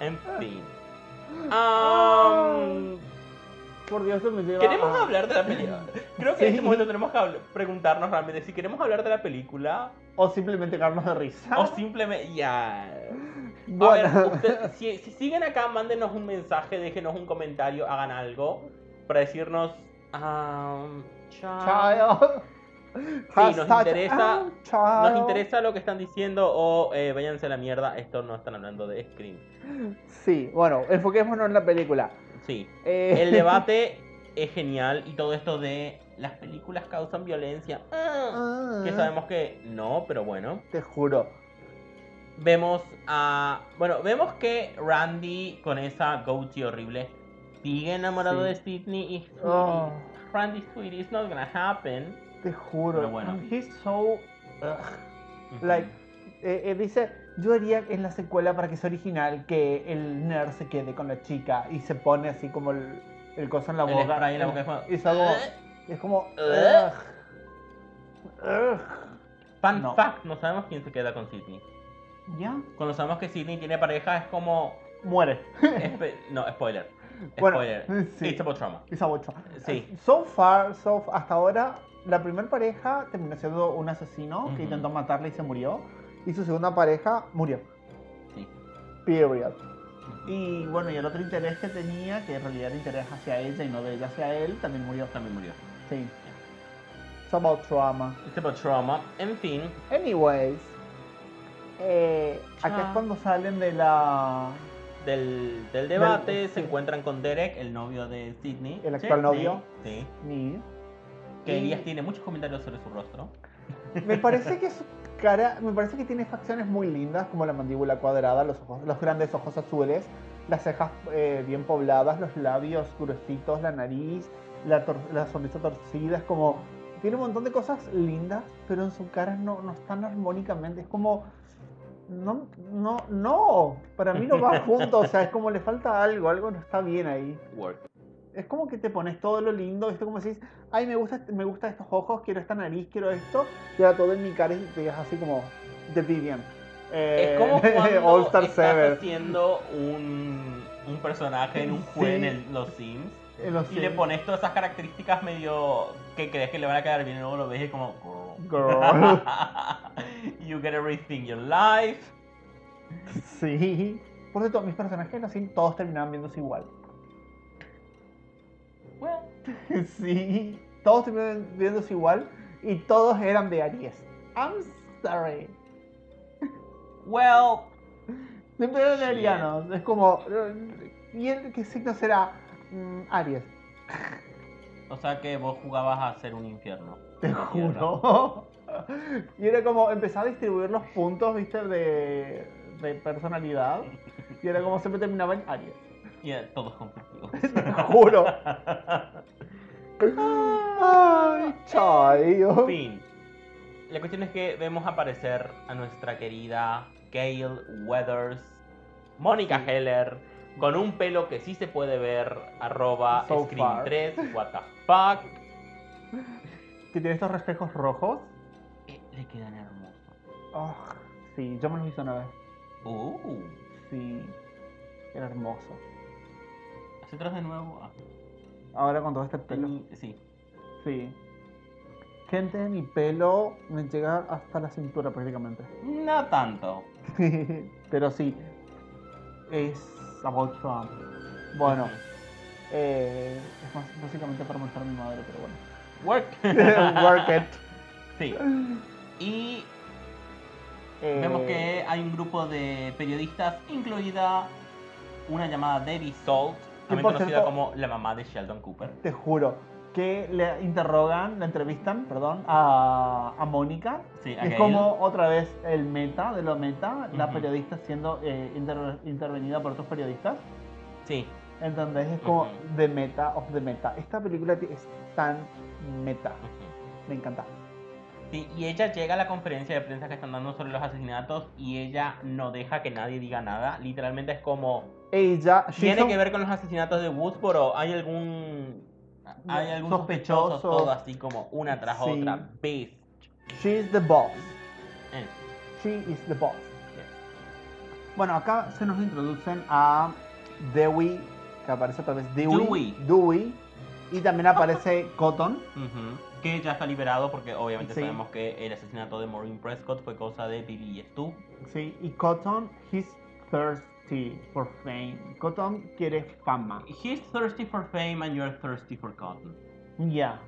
S2: En
S1: Ah.
S2: fin. Um,
S1: Por Dios, eso me lleva.
S2: queremos
S1: a-
S2: hablar de la película.
S1: Ah.
S2: Creo que en
S1: Sí.
S2: este momento tenemos que habl- preguntarnos realmente si queremos hablar de la película
S1: O simplemente caernos de risa.
S2: o simplemente. Ya. A
S1: Ah. Bueno.
S2: ver, usted- si, si siguen acá, mándenos un mensaje, déjenos un comentario, hagan algo para decirnos. Um, chao.
S1: Child.
S2: nos
S1: Hashtag,
S2: interesa-
S1: ah,
S2: Nos
S1: child.
S2: interesa lo que están diciendo o eh, váyanse a la mierda, esto no están hablando de Scream.
S1: Sí, bueno, enfoquémonos en la película.
S2: Sí.
S1: Eh,
S2: El debate es genial y todo esto de las películas causan violencia. Ah,
S1: ah,
S2: Que sabemos que no, pero bueno.
S1: Te juro.
S2: Vemos a. Bueno, vemos que Randy con esa Goatee horrible sigue enamorado
S1: Sí.
S2: de Sidney y.
S1: Oh,
S2: Randy, sweetie, it's not gonna happen.
S1: te juro.
S2: Pero bueno.
S1: And He's so. ugh. Like, Eh, eh, dice: Yo haría en la secuela para que sea original que el nerd se quede con la chica y se pone así como el, el coso en la
S2: El
S1: boca.
S2: spray en la boca, es Ah. como- ¿Eh?
S1: Y es algo- es como.
S2: Ugh.
S1: ugh, ugh.
S2: Fun
S1: No.
S2: fact: no sabemos quién se queda con Sidney.
S1: Ya.
S2: Cuando sabemos que Sidney tiene pareja, es como.
S1: Muere.
S2: espe- no, spoiler.
S1: Bueno,
S2: Spoiler.
S1: sí.
S2: It's about trauma.
S1: Pisa 8.
S2: Sí.
S1: Eh, So far, so f- hasta ahora, la primera pareja terminó siendo un asesino
S2: Ujú.
S1: que intentó matarla y se murió. Y su segunda pareja murió.
S2: Sí.
S1: Period. Y bueno, y el otro interés que tenía, que en realidad era interés hacia ella y no de ella hacia él, también murió.
S2: También murió.
S1: Sí. It's about trauma.
S2: It's about trauma. Este En fin.
S1: Anyways. eh, acá es
S2: Ah.
S1: cuando salen de la.
S2: del, del debate
S1: Del-
S2: se encuentran con Derek, el novio de Sidney.
S1: El actual
S2: Sidney,
S1: novio.
S2: Sí.
S1: ni-
S2: Que
S1: Y-
S2: Elías tiene muchos comentarios sobre su rostro.
S1: Me parece que su cara, me parece que tiene facciones muy lindas, como la mandíbula cuadrada, los ojos, los grandes ojos azules, las cejas eh, bien pobladas, los labios gruesitos, la nariz, la, tor- la sonrisa torcida, es como tiene un montón de cosas lindas, pero en su cara no, no están armónicamente, es como no, no, no, para mí no va junto, o sea, es como le falta algo, algo no está bien ahí.
S2: Work.
S1: Es como que te pones todo lo lindo, ¿viste? Como decís, ay, me gusta, me gusta estos ojos, quiero esta nariz, quiero esto. Y ahora todo en mi cara y te quedas así como de Vivian. Eh,
S2: es como cuando
S1: All Star
S2: estás
S1: 7.
S2: haciendo un, un personaje en un
S1: Sí.
S2: juego en el- los Sims
S1: En los
S2: y le
S1: Sims.
S2: pones todas esas características medio que crees que le van a quedar bien y luego lo ves y como... girl.
S1: Girl.
S2: you get everything your life.
S1: sí. Por cierto, mis personajes en los Sims todos terminaban viéndose igual.
S2: Well,
S1: sí. Todos terminaban viéndose igual y todos eran de Aries. I'm sorry.
S2: well,
S1: Siempre eran
S2: Shit.
S1: arianos. Es como. eh, ¿Y él qué signo será? Mm, Aries.
S2: o sea que vos jugabas a ser un infierno.
S1: Te
S2: Una
S1: juro. Y era como, empezaba a distribuir los puntos, viste, de, de personalidad. Y era como siempre terminaba en Aries.
S2: tierra. Y era todos conflictivos.
S1: Te juro. Ay, chayo.
S2: fin. La cuestión es que vemos aparecer a nuestra querida Gail Weathers, Mónica Heller, con un pelo que sí se puede ver, arroba
S1: So far.
S2: Scream3, what the fuck.
S1: Que tiene estos reflejos rojos.
S2: Eh, le quedan hermosos.
S1: Ah, sí, yo me los hice una vez.
S2: Uh,
S1: Sí. Era hermoso.
S2: hacia atrás de nuevo. Ah,
S1: Ahora con todo este pelo.
S2: tení- sí.
S1: Sí. Gente, mi pelo me llega hasta la cintura prácticamente.
S2: No tanto.
S1: Pero sí, es about Trump. Bueno, eh, es más- básicamente para mostrar a mi madre, pero
S2: Work.
S1: bueno. Work it.
S2: Sí. Y
S1: Eh,
S2: Vemos que hay un grupo de periodistas, incluida una llamada Debbie Salt, también
S1: por
S2: conocida
S1: cierto-
S2: como la mamá de Sheldon Cooper.
S1: Te juro que le interrogan, la entrevistan, perdón, a, a Mónica.
S2: Sí,
S1: Y
S2: a
S1: es
S2: Gail.
S1: como otra vez el meta de lo meta, la
S2: Ujú.
S1: periodista siendo eh, inter- intervenida por otros periodistas.
S2: Sí,
S1: Entonces es como
S2: Ujú.
S1: the meta of the meta. Esta película ti- es tan meta.
S2: ujú.
S1: Me encanta.
S2: Sí, y ella llega a la conferencia de prensa que están dando sobre los asesinatos y ella no deja que nadie diga nada. Literalmente es como,
S1: Ella,
S2: ¿tiene
S1: Jason-
S2: que ver con los asesinatos de Woodsboro? ¿Hay algún, hay algún
S1: Sospechoso.
S2: sospechoso? Todo así como una tras
S1: Sí.
S2: otra. Bitch.
S1: She's the boss.
S2: Eh,
S1: She is the boss. Bueno, acá se nos introducen a Dewey, que aparece otra vez Dewey.
S2: Dewey.
S1: Dewey. Y también aparece Cotton.
S2: ujú. Que ya está liberado porque obviamente
S1: Sí.
S2: sabemos que el asesinato de Maureen Prescott fue cosa de Billy y Stu.
S1: Sí, y Cotton, he's thirsty for fame. Cotton quiere fama.
S2: He's thirsty for fame and you're thirsty for cotton.
S1: Yeah,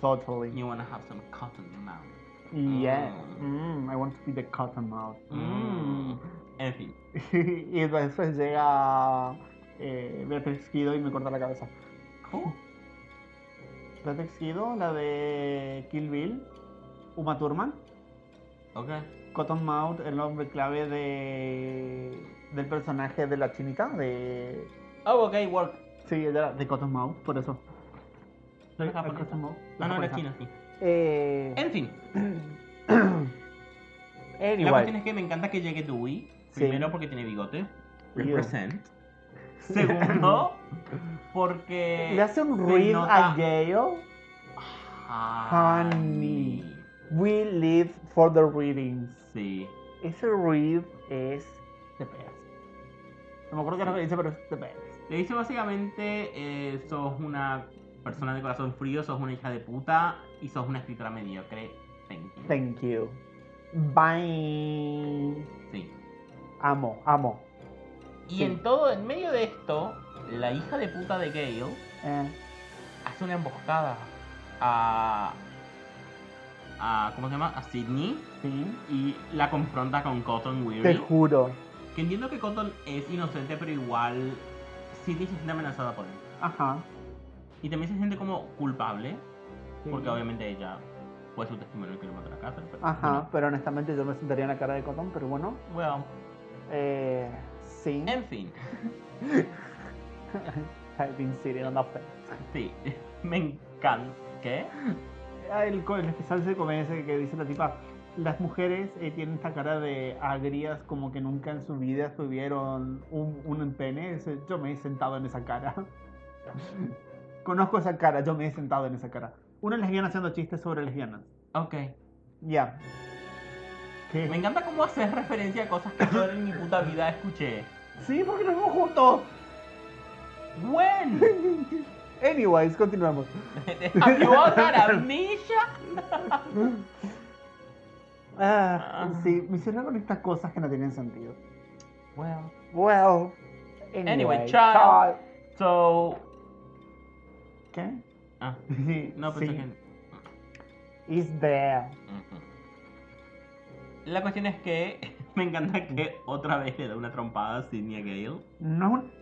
S1: totally.
S2: You wanna have some cotton in your mouth.
S1: Yes.
S2: Mm.
S1: Mm, I want to be the cotton mouth.
S2: Mm.
S1: Mm.
S2: En fin.
S1: y después llega eh, Beatrix Guido y me corta la cabeza.
S2: Cool.
S1: Beatrix Guido, la de Kill Bill, Uma Thurman,
S2: Ok.
S1: Cotton Mouth, el nombre clave de del personaje de la chinita, de...
S2: Oh, ok, work.
S1: Sí, ella era de Cotton Mouth, por eso.
S2: No es
S1: Ah,
S2: japonesa.
S1: Cotton Mouth,
S2: No, no, la
S1: japonesa.
S2: china, sí.
S1: Eh,
S2: En fin. La
S1: anyway,
S2: cuestión es que me encanta que llegue Dewey.
S1: Sí.
S2: Primero porque tiene bigote.
S1: Ew.
S2: Represent. Segundo, porque.
S1: le hace un
S2: se
S1: ruido
S2: nota-
S1: a Gale.
S2: Honey.
S1: We live for the readings.
S2: Sí.
S1: Ese read es de peas. No me acuerdo qué es lo que dice, pero es de peas.
S2: Le dice básicamente: eh, sos una persona de corazón frío, sos una hija de puta y sos una escritora mediocre. Thank you.
S1: Thank you. Bye.
S2: Sí.
S1: Amo, amo.
S2: Y
S1: Sí.
S2: en todo, en medio de esto, la hija de puta de Gale
S1: Eh,
S2: hace una emboscada a. a ¿Cómo se llama? A Sydney
S1: sí.
S2: y la confronta con Cotton
S1: Te
S2: Weary.
S1: juro.
S2: Que entiendo que Cotton es inocente, pero igual Sydney se siente amenazada por él.
S1: Ajá.
S2: Y también se siente como culpable,
S1: sí.
S2: porque obviamente ella fue su testimonio que lo mató a la cárcel. Pero,
S1: Ajá, pero honestamente yo me sentaría en la cara de cotón, pero bueno.
S2: Bueno,
S1: Eh, sí.
S2: well, en fin.
S1: I've been sitting on the fence.
S2: Sí, me encanta. ¿Qué?
S1: Ah, El, co- el especial se comienza que dice la tipa. Las mujeres eh, tienen esta cara de agrias como que nunca en su vida tuvieron un, un pene. Dice, Yo me he sentado en esa cara. Conozco esa cara, yo me he sentado en esa cara. Una lesbiana haciendo chistes sobre lesbianas.
S2: Ok.
S1: Ya. ¿Qué?
S2: Me encanta cómo haces referencia a cosas que yo en mi puta vida escuché.
S1: Sí, porque nos vemos juntos.
S2: When?
S1: Anyways, continuamos.
S2: Have you all got amnesia?
S1: Ah,
S2: Ah.
S1: Sí, me hicieron con estas cosas que no tienen sentido.
S2: Well.
S1: Well,
S2: Anyway, child. So.
S1: ¿Qué?
S2: Ah,
S1: Sí,
S2: no pensé
S1: sí.
S2: que.
S1: Is there.
S2: Ujú. La cuestión es que me encanta que otra vez le da una trompada a Sidney a Gale.
S1: No es, un-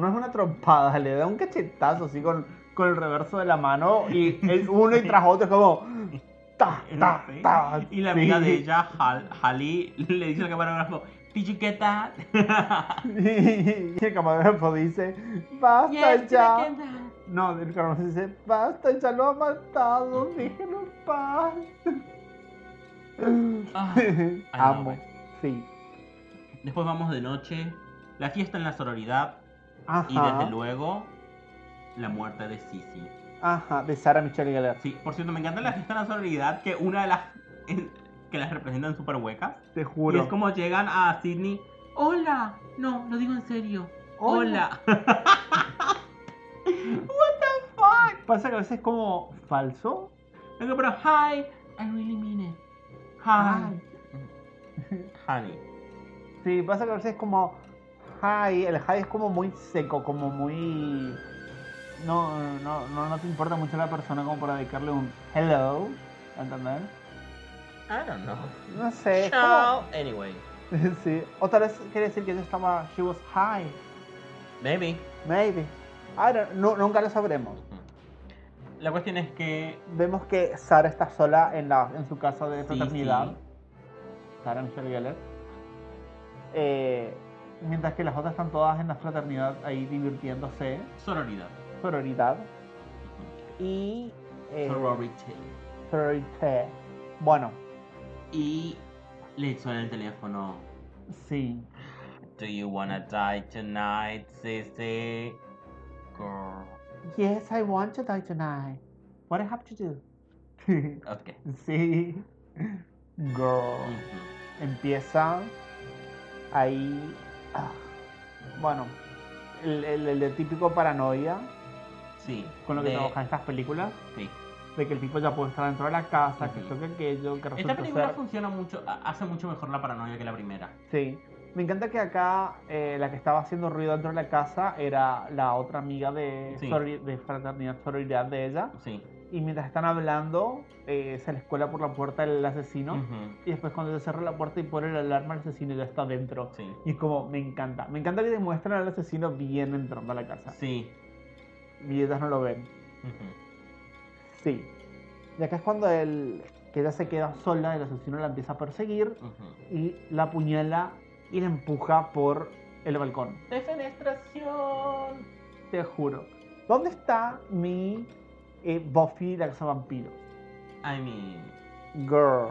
S1: no es una trompada, le da un cachetazo así con, con el reverso de la mano y el uno y tras otro es como. Ta, ta,
S2: Sí.
S1: ta.
S2: Y la
S1: sí.
S2: amiga de ella, Hal- Halley, le dice al camarógrafo: ¿Did you get that?
S1: Y el camarógrafo dice: Basta
S2: Yes, did
S1: ya.
S2: I get that?
S1: No, el camarógrafo dice: Basta, ya lo ha matado, déjenlo en paz.
S2: Ah,
S1: Amo.
S2: it.
S1: Sí.
S2: Después vamos de noche. La fiesta en la sororidad.
S1: Ajá.
S2: Y desde luego, la muerte de Sissy.
S1: Ajá, de Sara Michelle Gellar.
S2: Sí, por cierto, me encanta la fiesta en la sororidad que una de las que las representan súper huecas.
S1: Te
S2: Y
S1: juro.
S2: es como llegan a Sydney. Hola, no, lo digo en serio. Hola.
S1: Pasa que a veces es como falso.
S2: Vengo, pero hi, I really mean it. Hi. Honey.
S1: Sí, pasa que a veces es como high. El high es como muy seco, como muy. No, no, no, no te importa mucho la persona como para dedicarle un hello. ¿Entendés?
S2: I don't know.
S1: No sé. es
S2: Chao. Anyway.
S1: como- sí. O tal vez quiere decir que ella estaba. She was high.
S2: Maybe.
S1: Maybe. Ahora, no, nunca lo sabremos.
S2: La cuestión es que.
S1: Vemos que Sara está sola en, la, en su casa de
S2: Sí,
S1: fraternidad.
S2: sí.
S1: Sara Michelle Geller. Eh, mientras que las otras están todas en la fraternidad ahí divirtiéndose.
S2: Sororidad.
S1: Sororidad. Y. eh,
S2: Sorority.
S1: sororité. Bueno,
S2: Y le suena el teléfono.
S1: sí.
S2: Do you wanna die tonight, sissy? Girl.
S1: Yes, I want to die tonight. What I have to do?
S2: Ok.
S1: sí. Girl.
S2: Ujú.
S1: empieza ahí. ah, Bueno, el, el- el- el típico paranoia
S2: Sí.
S1: con lo que
S2: de-
S1: trabajan estas películas,
S2: Sí.
S1: de que el tipo ya puede estar dentro de la casa, que
S2: Ujú.
S1: yo que aquello, que
S2: Esta
S1: resulta
S2: película
S1: ser-
S2: funciona mucho, a- hace mucho mejor la paranoia que la primera.
S1: Sí. Me encanta que acá eh, la que estaba haciendo ruido dentro de la casa era la otra amiga de,
S2: Sí.
S1: sorori- de fraternidad, sororidad de ella.
S2: Sí.
S1: Y mientras están hablando, eh, se les cuela por la puerta el asesino.
S2: Ujú.
S1: Y después cuando se cierra la puerta y pone la alarma, el asesino ya está dentro.
S2: Sí.
S1: Y es como, me encanta. Me encanta que te muestran al asesino bien entrando a la casa.
S2: Sí.
S1: Y ellas no lo ven.
S2: Ujú.
S1: Sí. Y acá es cuando él, que ella se queda sola, el asesino la empieza a perseguir
S2: Ujú.
S1: y la apuñala y la empuja por el balcón.
S2: Defenestración.
S1: Te juro. ¿Dónde está mi eh, Buffy, la casa vampiro?
S2: I mean,
S1: Girl.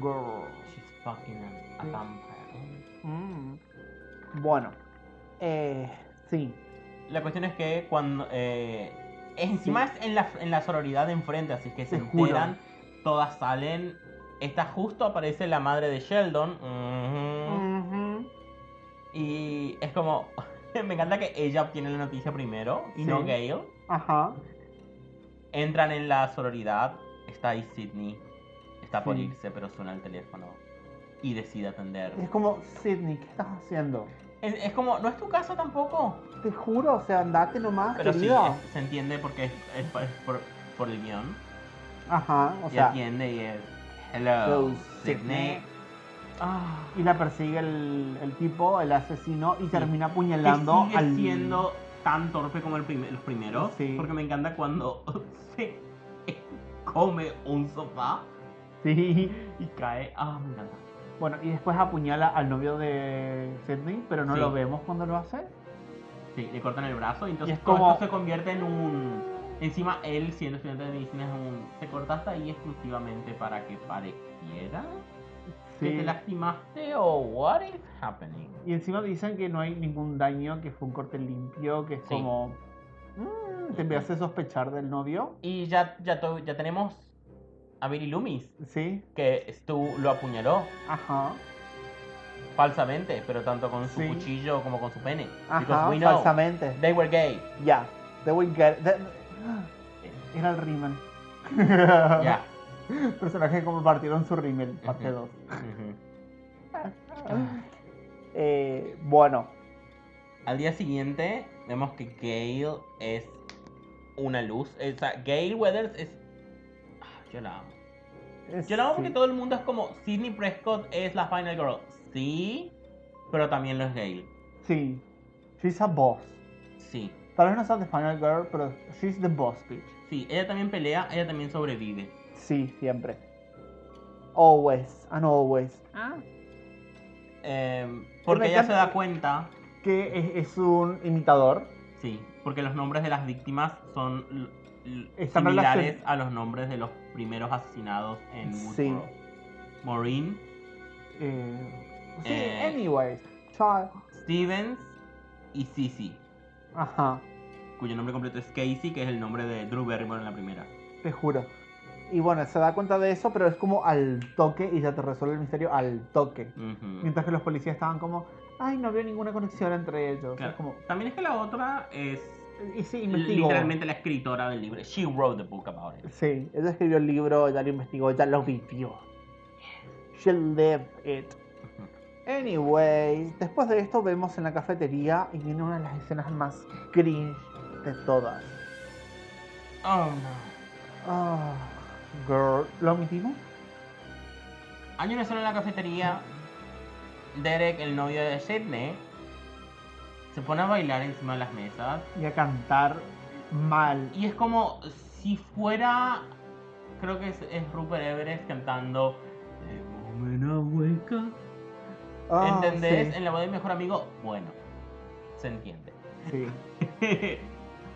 S1: Girl.
S2: she's fucking a, a
S1: Sí.
S2: vampire.
S1: Mm. Bueno. Eh, sí.
S2: La cuestión es que cuando. Eh, encima es en la, en la sororidad de enfrente, así que se
S1: Te juro.
S2: enteran, todas salen. Está justo, aparece la madre de Sheldon. Ujú.
S1: Ujú.
S2: Y es como. Me encanta que ella obtiene la noticia primero y no
S1: Sí.
S2: Gale.
S1: Ajá.
S2: Entran en la sororidad. Está ahí Sidney. Está por
S1: Sí.
S2: irse, pero suena el teléfono. Y decide atender.
S1: Es como, Sidney, ¿qué estás haciendo?
S2: Es, es como, no es tu caso tampoco.
S1: Te juro, o sea, andate nomás,
S2: Pero sí, eh,
S1: querida.
S2: es- se entiende porque es, es por, es por- por el guión.
S1: Ajá, o
S2: y
S1: sea.
S2: atiende y es. Hello,
S1: Hello,
S2: Sidney.
S1: Sidney.
S2: Ah.
S1: Y la persigue el, el tipo, el asesino, y termina
S2: Que
S1: apuñalando
S2: sigue
S1: al.
S2: siendo tan torpe como el primer, los primeros.
S1: Sí.
S2: Porque me encanta cuando se come un sofá
S1: Sí.
S2: y cae. Ah, me encanta.
S1: Bueno, y después apuñala al novio de Sidney, pero no
S2: Sí.
S1: lo vemos cuando lo hace.
S2: Sí, le cortan el brazo y entonces
S1: Y es
S2: todo
S1: como-
S2: esto se convierte en un. Encima él siendo estudiante de medicina es un. Se cortaste ahí exclusivamente para que pareciera que
S1: Sí.
S2: te lastimaste o what is happening.
S1: Y encima dicen que no hay ningún daño, que fue un corte limpio, que es
S2: Sí.
S1: como. mm, te me hace sospechar del novio.
S2: Y ya, ya, tu- ya tenemos a Billy Loomis,
S1: Sí,
S2: que Stu lo apuñaló.
S1: ajá.
S2: falsamente, pero tanto con su
S1: Sí.
S2: cuchillo como con su pene. Because
S1: Ajá,
S2: we know
S1: falsamente.
S2: they were gay.
S1: Ya, they will get. they- Era el rímel.
S2: Ya.
S1: Personaje que compartieron su rímel, parte
S2: Ujú.
S1: 2.
S2: Ujú.
S1: Eh, bueno,
S2: Al día siguiente vemos que Gail es una luz. O sea, Gail Weathers es. Ah, Yo la amo.
S1: es-
S2: Yo la amo porque
S1: sí.
S2: todo el mundo es como Sidney Prescott es la final girl. Sí, pero también lo es Gail.
S1: Sí, she's a boss.
S2: Sí.
S1: Tal vez no sea the final girl, pero she's the boss, bitch.
S2: Sí, ella también pelea, ella también sobrevive.
S1: Sí, siempre. Always and always.
S2: Ah. Em, porque
S1: Me
S2: ella se
S1: encanta-
S2: da cuenta
S1: Que es, es un imitador.
S2: Sí, porque los nombres de las víctimas son l- l-
S1: Están
S2: similares a los nombres de los primeros asesinados en
S1: Sí.
S2: Woodboro. Maureen,
S1: Eh, sí,
S2: Eh.
S1: anyways. Child.
S2: Stevens y Sissy,
S1: Ajá,
S2: cuyo nombre completo es Casey, que es el nombre de Drew Barrymore en la primera.
S1: te juro. Y bueno, se da cuenta de eso, pero es como al toque y ya te resuelve el misterio al toque.
S2: Ujú.
S1: Mientras que los policías estaban como, ay, no veo ninguna conexión entre ellos.
S2: Claro.
S1: Es como,
S2: También es que la otra es
S1: y sí,
S2: l-
S1: investigó.
S2: literalmente la escritora del libro. She wrote the book about it.
S1: Sí, ella escribió el libro, ya lo investigó, ya lo vivió. She lived it.
S2: Ujú.
S1: Anyway, después de esto vemos en la cafetería y viene una de las escenas más cringe de todas.
S2: Oh no.
S1: Ah, girl, ¿lo omitimos?
S2: Hay una escena en la cafetería. Derek, el novio de Sidney, se pone a bailar encima de las mesas.
S1: Y a cantar mal.
S2: Y es como si fuera. Creo que es, es Rupert Everest cantando. "De Momena hueca.
S1: Ah,
S2: ¿Entendés?
S1: sí,
S2: En la voz de mi mejor amigo, bueno. Se entiende.
S1: Sí.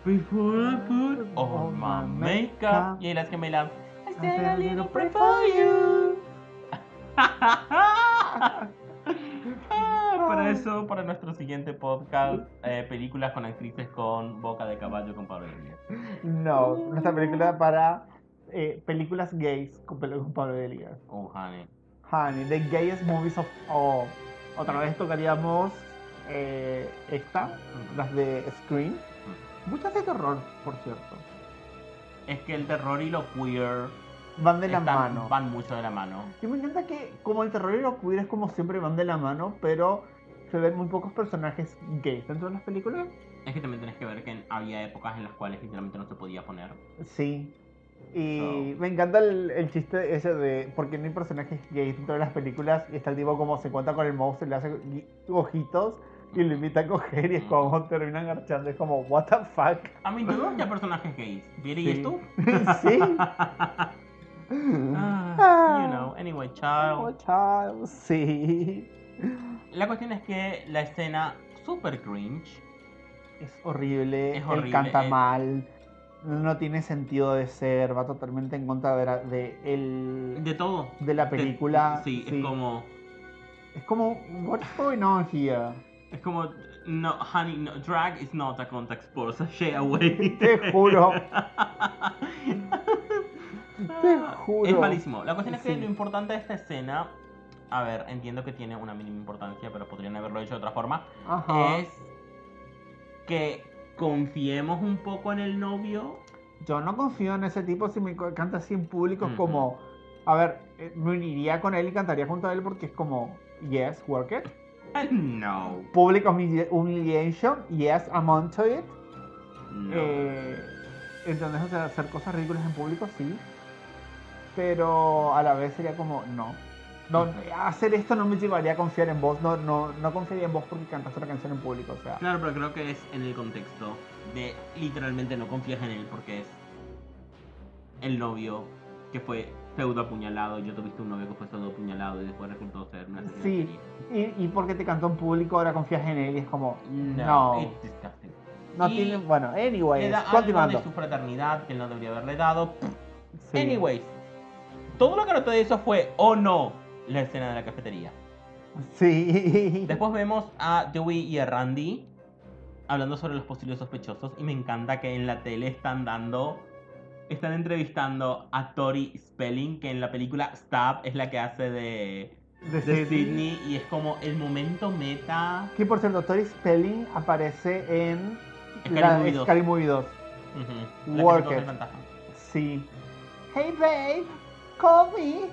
S2: Before I put on Oh, my makeup. Y ahí las que me la. I said a little prayer for you. Para eso, para nuestro siguiente podcast, eh, películas con actrices con boca de caballo con Pablo Iglesias.
S1: No, nuestra película para eh, películas gays con, Pel- con Pablo Delías.
S2: Oh, honey.
S1: Honey, the gayest movies of all. Otra vez tocaríamos eh, esta, las de Scream. Muchas de terror, por cierto.
S2: Es que el terror y lo queer
S1: Van de la
S2: están-
S1: mano.
S2: van mucho de la mano.
S1: Y me encanta que como el terror y lo queer es como siempre van de la mano, pero se ven muy pocos personajes gays dentro de las películas.
S2: Es que también tenés que ver que había épocas en las cuales literalmente no se podía poner.
S1: Sí. Y me encanta el, el chiste ese de por qué no hay personajes gays dentro de las películas y está el tipo como se encuentra con el monstruo y le hace gui- ojitos y lo invita a coger y
S2: Mm.
S1: es como terminan garchando. Es como, what the fuck.
S2: A mí no había personajes gays. ¿Vieri y
S1: Sí.
S2: tú?
S1: sí. Mm.
S2: Ah, you know, anyway,
S1: Oh,
S2: child.
S1: child. Sí.
S2: La cuestión es que la escena super cringe
S1: Es horrible.
S2: Es
S1: Él
S2: horrible,
S1: canta
S2: eh.
S1: mal. No tiene sentido de ser. Va totalmente en contra de, la- de él.
S2: de todo.
S1: De la película,
S2: sí,
S1: sí.
S2: es como.
S1: Es como, what's going on here?
S2: Es como. No, honey, no, drag is not a contact sport, sashay away.
S1: Te juro. Te
S2: Ah, Es
S1: juro.
S2: malísimo. La cuestión es que
S1: Sí.
S2: lo importante de esta escena. A ver, entiendo que tiene una mínima importancia, pero podrían haberlo hecho de otra forma.
S1: Ajá.
S2: es que confiemos un poco en el novio.
S1: Yo no confío en ese tipo si me co- canta así en público. Es
S2: Ujú.
S1: como, a ver, eh, me uniría con él y cantaría junto a él porque es como, yes, work it.
S2: No,
S1: Public humili- humiliation, yes, I'm onto it.
S2: no.
S1: Eh, ¿Entendés? O sea, hacer cosas ridículas en público, sí. Pero a la vez sería como, no. No,
S2: Ujú.
S1: hacer esto no me llevaría a confiar en vos. No, no, no confiaría en vos porque cantaste una canción en público. O sea,
S2: Claro, pero creo que es en el contexto de literalmente no confías en él porque es el novio que fue pseudo apuñalado. Yo tuviste un novio que fue pseudo apuñalado y después resultó ser una asesina
S1: Sí.
S2: serie.
S1: y, y porque te cantó en público ahora confías en él y es como,
S2: No,
S1: No.
S2: it's disgusting.
S1: No
S2: Y
S1: tiene. Bueno,
S2: Le
S1: anyways,
S2: da algo
S1: pues,
S2: de
S1: continuando.
S2: su fraternidad que él no debería haberle dado.
S1: Sí.
S2: Anyways, todo lo que noté de eso fue, oh no, la escena de la cafetería.
S1: Sí.
S2: Después vemos a Dewey y a Randy hablando sobre los posibles sospechosos y me encanta que en la tele están dando, están entrevistando a Tori Spelling, que en la película Stab es la que hace de,
S1: De
S2: de
S1: Sydney.
S2: Sydney y es como el momento meta.
S1: Que por cierto, Tori Spelling aparece en.
S2: Scary
S1: la
S2: Movie 2.
S1: Scary Movie 2.
S2: Ujú, la que
S1: Work
S2: se coge
S1: it.
S2: el fantasma.
S1: Sí. Hey babe, call me.
S2: Ujú,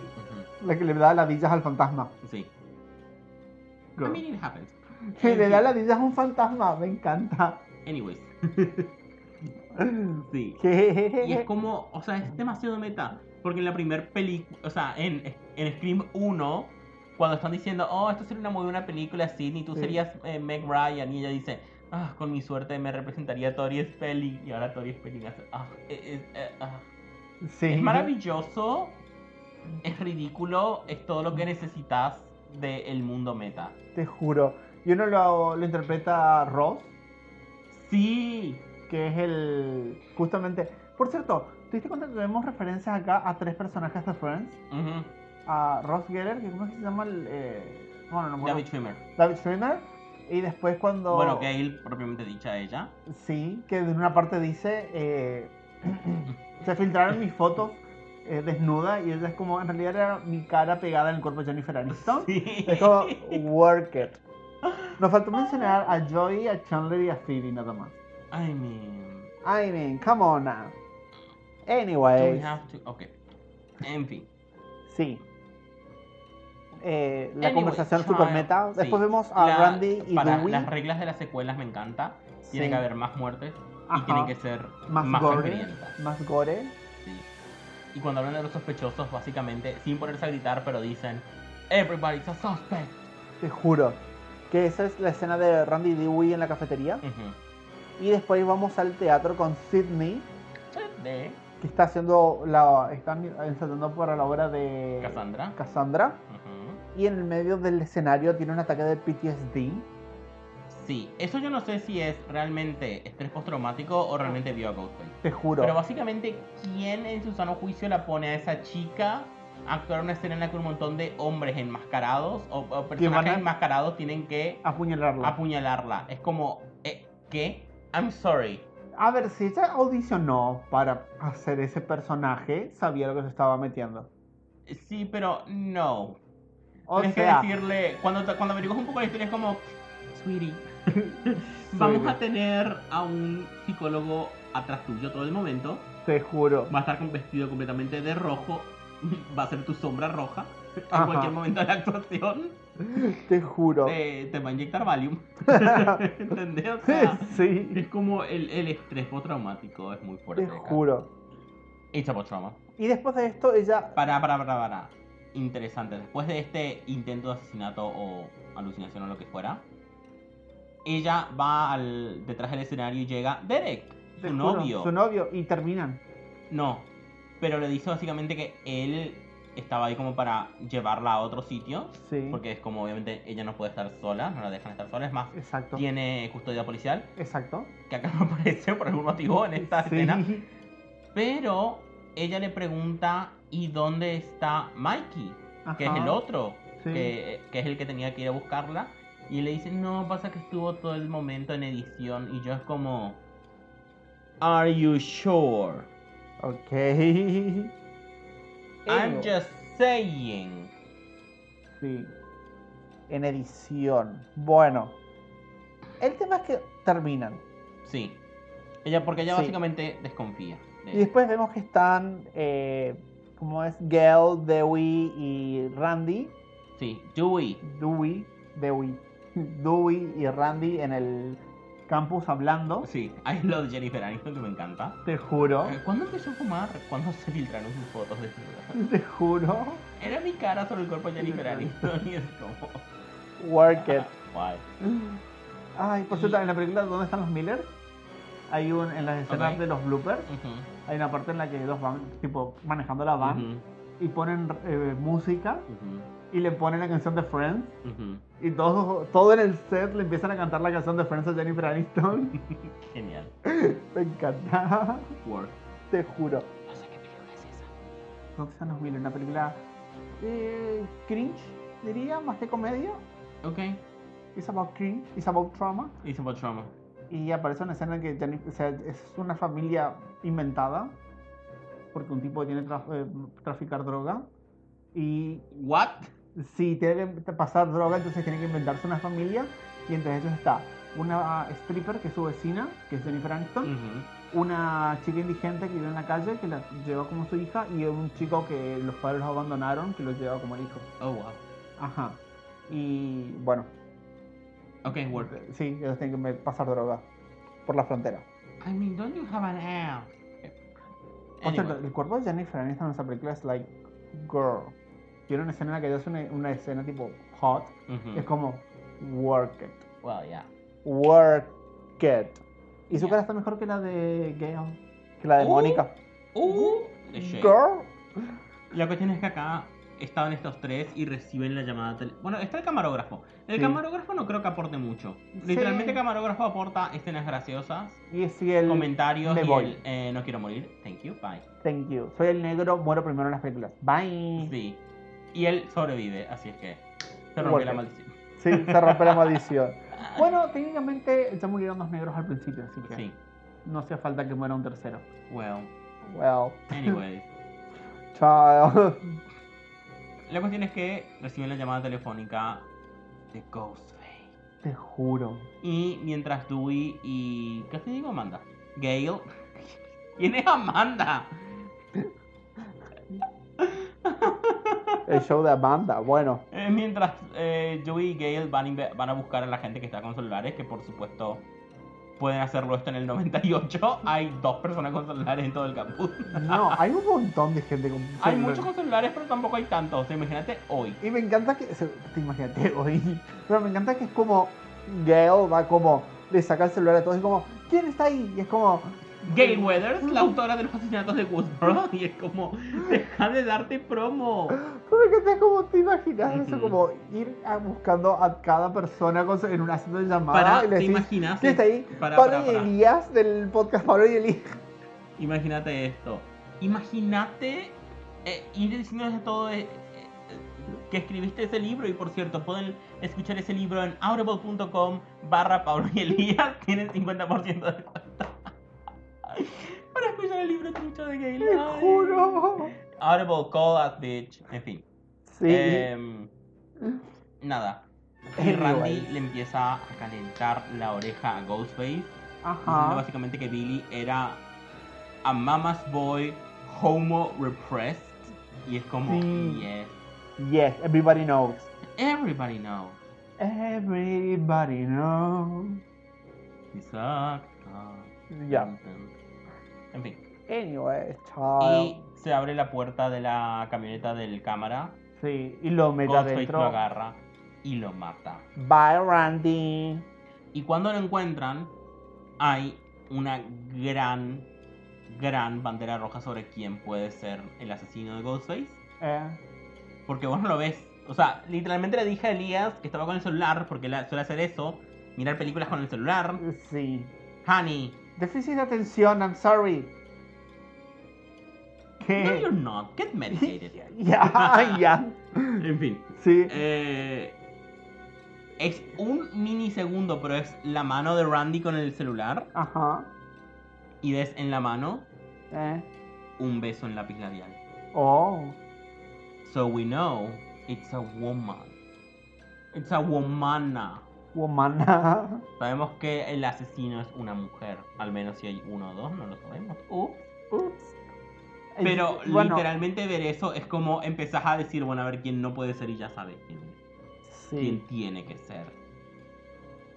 S1: La que le da ladillas al fantasma.
S2: Sí. I
S1: Girl.
S2: mean, it happens.
S1: Que le
S2: En
S1: da
S2: fin,
S1: ladillas a un fantasma, me encanta.
S2: Anyways. sí. Y es
S1: ¿Qué?
S2: como, o sea, es demasiado meta. Porque en la primera película, o sea, en, en Scream 1, cuando están diciendo, oh, esto sería una muy buena película, Sidney, tú
S1: Sí.
S2: serías eh, Meg Ryan, y ella dice, ah, con mi suerte me representaría Tori Spelling, y ahora Tori Spelling hace, ah, eh, eh, eh, ah".
S1: Sí.
S2: Es maravilloso, es ridículo, es todo lo que necesitas del mundo meta.
S1: Te juro. Y uno lo, lo interpreta Ross,
S2: Sí,
S1: que es el. Justamente. Por cierto, ¿te diste cuenta que tenemos referencias acá a tres personajes de Friends?
S2: Ujú.
S1: a Ross Geller, que cómo es que se llama el eh, bueno, no me acuerdo.
S2: David Schwimmer.
S1: David Schwimmer. Y después cuando
S2: Bueno, Gail, propiamente dicha ella.
S1: sí, que en una parte dice eh, se filtraron mis fotos eh, desnuda y ella es como en realidad era mi cara pegada en el cuerpo de Jennifer Aniston.
S2: Sí.
S1: Es como work it. Nos faltó mencionar a Joey, a Chandler y a Phoebe nada más.
S2: I mean...
S1: I mean, come on now.
S2: Do we
S1: Anyways,
S2: have to? Ok. En fin.
S1: sí. Eh, la
S2: Anyway,
S1: conversación
S2: child,
S1: super meta.
S2: sí.
S1: Después vemos a
S2: La-
S1: Ah, Randy y
S2: para
S1: Dewey.
S2: Las reglas de las secuelas me encanta. Tiene
S1: Sí.
S2: que haber más muertes y
S1: Ajá.
S2: tienen que ser
S1: más,
S2: más,
S1: gore,
S2: sangrientas.
S1: más gore.
S2: sí. Y cuando hablan de los sospechosos, básicamente, sin ponerse a gritar, pero dicen: Everybody's a suspect.
S1: Te juro. Que esa es la escena de Randy Dewey en la cafetería.
S2: Ujú.
S1: Y después vamos al teatro con Sidney,
S2: De
S1: que está haciendo la. Están ensayando para la obra de.
S2: Cassandra.
S1: Cassandra.
S2: Ujú.
S1: Y en el medio del escenario tiene un ataque de PTSD.
S2: Sí, eso yo no sé si es realmente estrés postraumático o realmente vio a Ghostface.
S1: Te juro.
S2: Pero básicamente, ¿quién en su sano juicio la pone a esa chica a actuar una escena en la que un montón de hombres enmascarados o, o
S1: van
S2: personajes
S1: a-
S2: enmascarados tienen que
S1: Apuñalarla.
S2: apuñalarla? Es como, eh, ¿qué? I'm sorry.
S1: A ver, si ella audicionó para hacer ese personaje, sabía lo que se estaba metiendo.
S2: Sí, pero no.
S1: O
S2: Tienes
S1: sea,
S2: que decirle, cuando, te- cuando averiguas un poco la historia, es como, sweetie, vamos a tener a un psicólogo atrás tuyo todo el momento.
S1: te juro.
S2: Va a estar con vestido completamente de rojo. Va a ser tu sombra roja. En
S1: Ajá.
S2: cualquier momento de la actuación
S1: Te juro.
S2: te, te va a inyectar Valium. ¿Entendés? O sea,
S1: sí,
S2: es como el, el estrés postraumático. Es muy fuerte.
S1: te juro.
S2: It's about trauma.
S1: Y después de esto, ella.
S2: Para, para, para, para. Interesante. Después de este intento de asesinato o alucinación o lo que fuera, ella va al detrás del escenario y llega Derek,
S1: te
S2: su
S1: juro,
S2: novio.
S1: Su novio. Y terminan.
S2: No, pero le dice básicamente que él estaba ahí como para llevarla a otro sitio,
S1: Sí.
S2: porque es como obviamente ella no puede estar sola, no la dejan estar sola, es más,
S1: Exacto.
S2: tiene custodia policial,
S1: Exacto.
S2: que acá no aparece por algún motivo en esta
S1: Sí.
S2: escena, pero ella le pregunta, ¿y dónde está Mikey? Que es
S1: Ajá.
S2: el otro,
S1: Ah, Sí.
S2: que, que es el que tenía que ir a buscarla, y le dice, no, pasa que estuvo todo el momento en edición, y yo es como, ¿Are you sure?
S1: Ok.
S2: I'm
S1: Ew.
S2: just saying.
S1: Sí. En edición. Bueno. El tema es que terminan.
S2: Sí. Ella, porque ella
S1: Sí.
S2: básicamente desconfía. de
S1: Y
S2: él.
S1: después vemos que están, eh, como es, Gail, Dewey y Randy.
S2: Sí, Dewey.
S1: Dewey, Dewey. Dewey y Randy en el campus hablando.
S2: Sí, I love Jennifer Aniston, que me encanta.
S1: Te juro,
S2: Eh, ¿Cuándo empezó a fumar? ¿Cuándo se filtraron sus fotos de este su
S1: te juro.
S2: Era mi cara sobre el cuerpo de Jennifer Aniston y es como... ah,
S1: Work it.
S2: Guay.
S1: Ay, por cierto, en la película ¿Dónde están los Miller? Hay un, en las escenas
S2: Ok.
S1: de los bloopers,
S2: Ujú,
S1: hay una parte en la que dos van, tipo, manejando la van
S2: ujú,
S1: y ponen eh, música
S2: ujú,
S1: y le ponen la canción de Friends.
S2: ujú.
S1: Y todo, todo en el set le empiezan a cantar la canción de Friends a Jennifer Aniston.
S2: Genial.
S1: Me encanta,
S2: Work.
S1: te juro.
S2: No sé qué película es esa.
S1: No se nos viene una película eh, cringe, diría, más que comedia.
S2: Ok.
S1: It's about cringe, it's about trauma.
S2: It's about trauma.
S1: Y aparece una escena en que Jennifer, o sea, es una familia inventada, porque un tipo tiene traf- eh, traficar droga. Y
S2: What?
S1: si tiene que pasar droga, entonces tiene que inventarse una familia. Y entre ellos está una stripper que es su vecina, que es Jennifer Aniston.
S2: Ujú.
S1: una chica indigente que vive en la calle, que la lleva como su hija, y un chico que los padres los abandonaron, que los lleva como el hijo.
S2: Oh, wow.
S1: Ajá. Y bueno,
S2: Ok, work.
S1: sí, ellos tienen que pasar droga por la frontera.
S2: I mean, don't you have an app?
S1: Por cierto, el cuerpo de Jennifer Aniston en esa película es like, girl. Tiene una escena en la que ella hace una, una escena tipo hot,
S2: Mm.
S1: es como, work it,
S2: Well, yeah.
S1: work it. Y su
S2: Ya.
S1: cara está mejor que la de Gail, que la de
S2: Uh,
S1: Mónica.
S2: Uh, the shade.
S1: Girl.
S2: La cuestión es que acá estaban estos tres y reciben la llamada. tele- Bueno, está el camarógrafo. El
S1: Sí.
S2: camarógrafo no creo que aporte mucho. Literalmente el camarógrafo aporta escenas graciosas,
S1: Y si el...
S2: comentarios
S1: me
S2: y
S1: voy.
S2: el, eh, no quiero morir. Thank you, bye.
S1: Thank you. Soy el negro, muero primero en las películas. Bye. Sí,
S2: Sí. Y él sobrevive, así es que se rompe
S1: Bueno.
S2: la maldición.
S1: se rompe la maldición. Bueno, técnicamente ya murieron dos negros al principio, así que
S2: Sí.
S1: no hacía falta que muera un tercero.
S2: Well,
S1: Well,
S2: anyways.
S1: child.
S2: la cuestión es que reciben la llamada telefónica de Ghostface.
S1: Te juro.
S2: Y mientras Dewey y. ¿Qué te digo Amanda? Gail. ¿Quién es Amanda?
S1: El show de Amanda, bueno.
S2: Eh, mientras eh, Dewey y Gail van, a inve- van a buscar a la gente que está con celulares, que por supuesto pueden hacerlo esto en el 98, hay dos personas con celulares en todo el campus.
S1: No, hay un montón de gente con
S2: Hay
S1: celular.
S2: muchos con celulares, pero tampoco hay tantos. O sea, imagínate hoy.
S1: Y me encanta que. se- Te imagínate hoy. Pero me encanta que es como. Gail va como. Le saca el celular a todos y como. ¿Quién está ahí? Y es como.
S2: Gail Weathers, la autora de los asesinatos de Woodsboro, y es como, deja de darte promo.
S1: Pero me encanta como te imaginas eso,
S2: Ujú.
S1: como ir a- buscando a cada persona con- en una haciendo llamada
S2: Para,
S1: y le
S2: ¿te
S1: decís.
S2: imaginas?
S1: ¿Quién está ahí?
S2: Para,
S1: Pablo
S2: para,
S1: y
S2: para.
S1: Elías del podcast Pablo y Elías.
S2: Imagínate esto. Imagínate eh, ir diciéndoles a todo eh, eh, que escribiste ese libro y por cierto pueden escuchar ese libro en audible.com barra Pablo y Elías tienen 50% de cuenta para escuchar el libro trucho de Gail
S1: Te
S2: Ay.
S1: juro.
S2: Audible call that bitch en fin
S1: Sí. Mm.
S2: Em, nada y
S1: Anyway.
S2: Randy le empieza a calentar la oreja a Ghostface
S1: Ah.
S2: diciendo
S1: Ajá.
S2: básicamente que Billy era a mama's boy homo repressed y es como
S1: Sí.
S2: yes
S1: Yes, everybody knows.
S2: everybody knows
S1: Everybody knows.
S2: he sucked cock.
S1: Ya.
S2: en fin
S1: Anyway, child.
S2: y se abre la puerta de la camioneta del cámara
S1: Sí, y lo mete
S2: Ghostface lo
S1: adentro.
S2: agarra y lo mata
S1: Bye, Randy.
S2: y cuando lo encuentran hay una gran gran bandera roja sobre quién puede ser el asesino de Ghostface
S1: Eh,
S2: Porque vos no lo ves. O sea, literalmente le dije a Elías que estaba con el celular, porque la- suele hacer eso. Mirar películas con el celular.
S1: sí.
S2: Honey.
S1: Déficit de atención, I'm sorry.
S2: No, you're
S1: ¿Qué?
S2: not. Get medicated.
S1: Ya, ya.
S2: en fin.
S1: Sí.
S2: Eh, es un minisegundo, pero es la mano de Randy con el celular.
S1: Ajá.
S2: Y ves en la mano
S1: Eh.
S2: un beso en lápiz labial.
S1: Oh.
S2: So we know it's a woman. It's a womana.
S1: Womana.
S2: Sabemos que el asesino es una mujer. Al menos si hay uno o dos, no lo sabemos. Ups.
S1: Ups.
S2: Pero
S1: Eh, bueno,
S2: literalmente ver eso es como empezás a decir, bueno, a ver quién no puede ser y ya sabes quién,
S1: Sí.
S2: quién tiene que ser.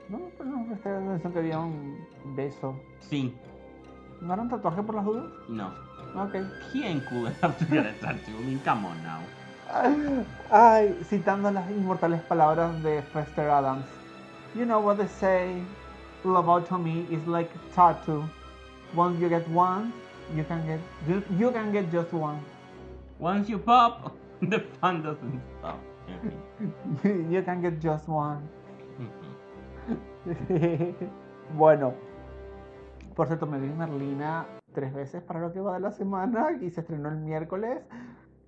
S1: No me no, me presté atención que había un beso.
S2: Sí,
S1: ¿No era un tatuaje por las dudas?
S2: no.
S1: Ok.
S2: ¿Quién could have done that to me? Come on now.
S1: Ay, citando las inmortales palabras de Fester Adams. You know what they say, lobotomy is like tattoo. Once you get one, you can get you, you can get just one.
S2: Once you pop, the fun doesn't stop. En fin.
S1: You, you can get just one.
S2: Ujú.
S1: bueno, por cierto, me vi Merlina tres veces para lo que va de la semana y se estrenó el miércoles.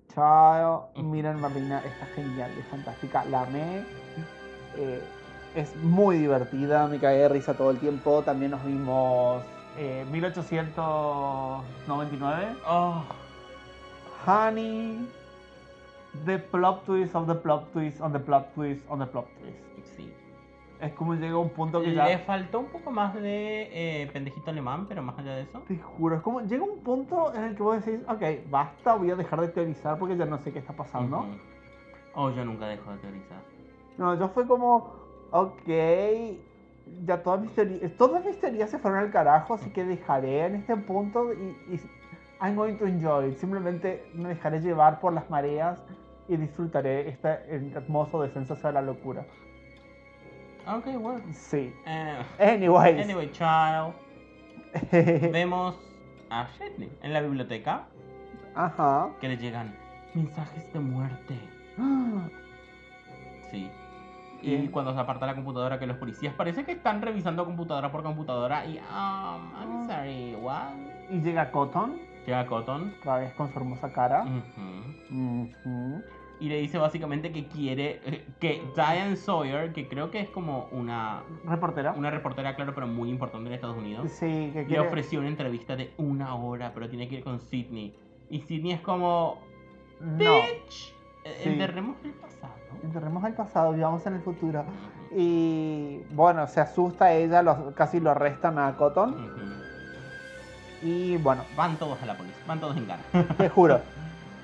S1: Chao, miren Merlina, está genial, es fantástica, la amé. Eh, es muy divertida, me cagué de risa todo el tiempo. También nos vimos eh, 1899.
S2: Oh,
S1: Honey, the plot twist of the plot twist on the plot twist on the plot twist.
S2: sí.
S1: Es como llega un punto que ya...
S2: Le faltó un poco más de eh, pendejito alemán, pero más allá de eso.
S1: Te juro, es como llega un punto en el que vos decís, ok, basta, voy a dejar de teorizar porque ya Ah, no sé qué está pasando.
S2: Ujú. Oh, yo nunca dejo de teorizar.
S1: No, yo fue como, ok, ya todas mis teorías, todas mis teorías se fueron al carajo, así que dejaré en este punto y, y I'm going to enjoy. it. Simplemente me dejaré llevar por las mareas y disfrutaré este hermoso descenso hacia la locura.
S2: Ah, Ok, bueno.
S1: Sí.
S2: Eh,
S1: Anyways.
S2: anyway, child. Vemos a Shetney en la biblioteca
S1: Ajá.
S2: que le llegan mensajes de muerte. Sí. Y
S1: Bien.
S2: cuando se aparta la computadora que los policías parece que están revisando computadora por computadora y um,
S1: Ah.
S2: I'm sorry, what?
S1: Y llega Cotton,
S2: Llega Cotton
S1: otra vez con su hermosa cara.
S2: ujú,
S1: Ujú.
S2: y le dice básicamente que quiere eh, que Diane Sawyer, que creo que es como una
S1: Reportera.
S2: una reportera claro pero muy importante en Estados Unidos,
S1: Sí, que
S2: le
S1: quiere...
S2: ofreció una entrevista de una hora, pero tiene que ir con Sidney y Sidney es como
S1: No.
S2: Bitch.
S1: Sí.
S2: Enterremos el pasado.
S1: Enterremos al pasado, vivamos en el futuro. Y bueno, se asusta ella, los- casi lo arrestan a Cotton.
S2: Ujú.
S1: Y bueno,
S2: Van todos a la policía, van todos en gana.
S1: te juro.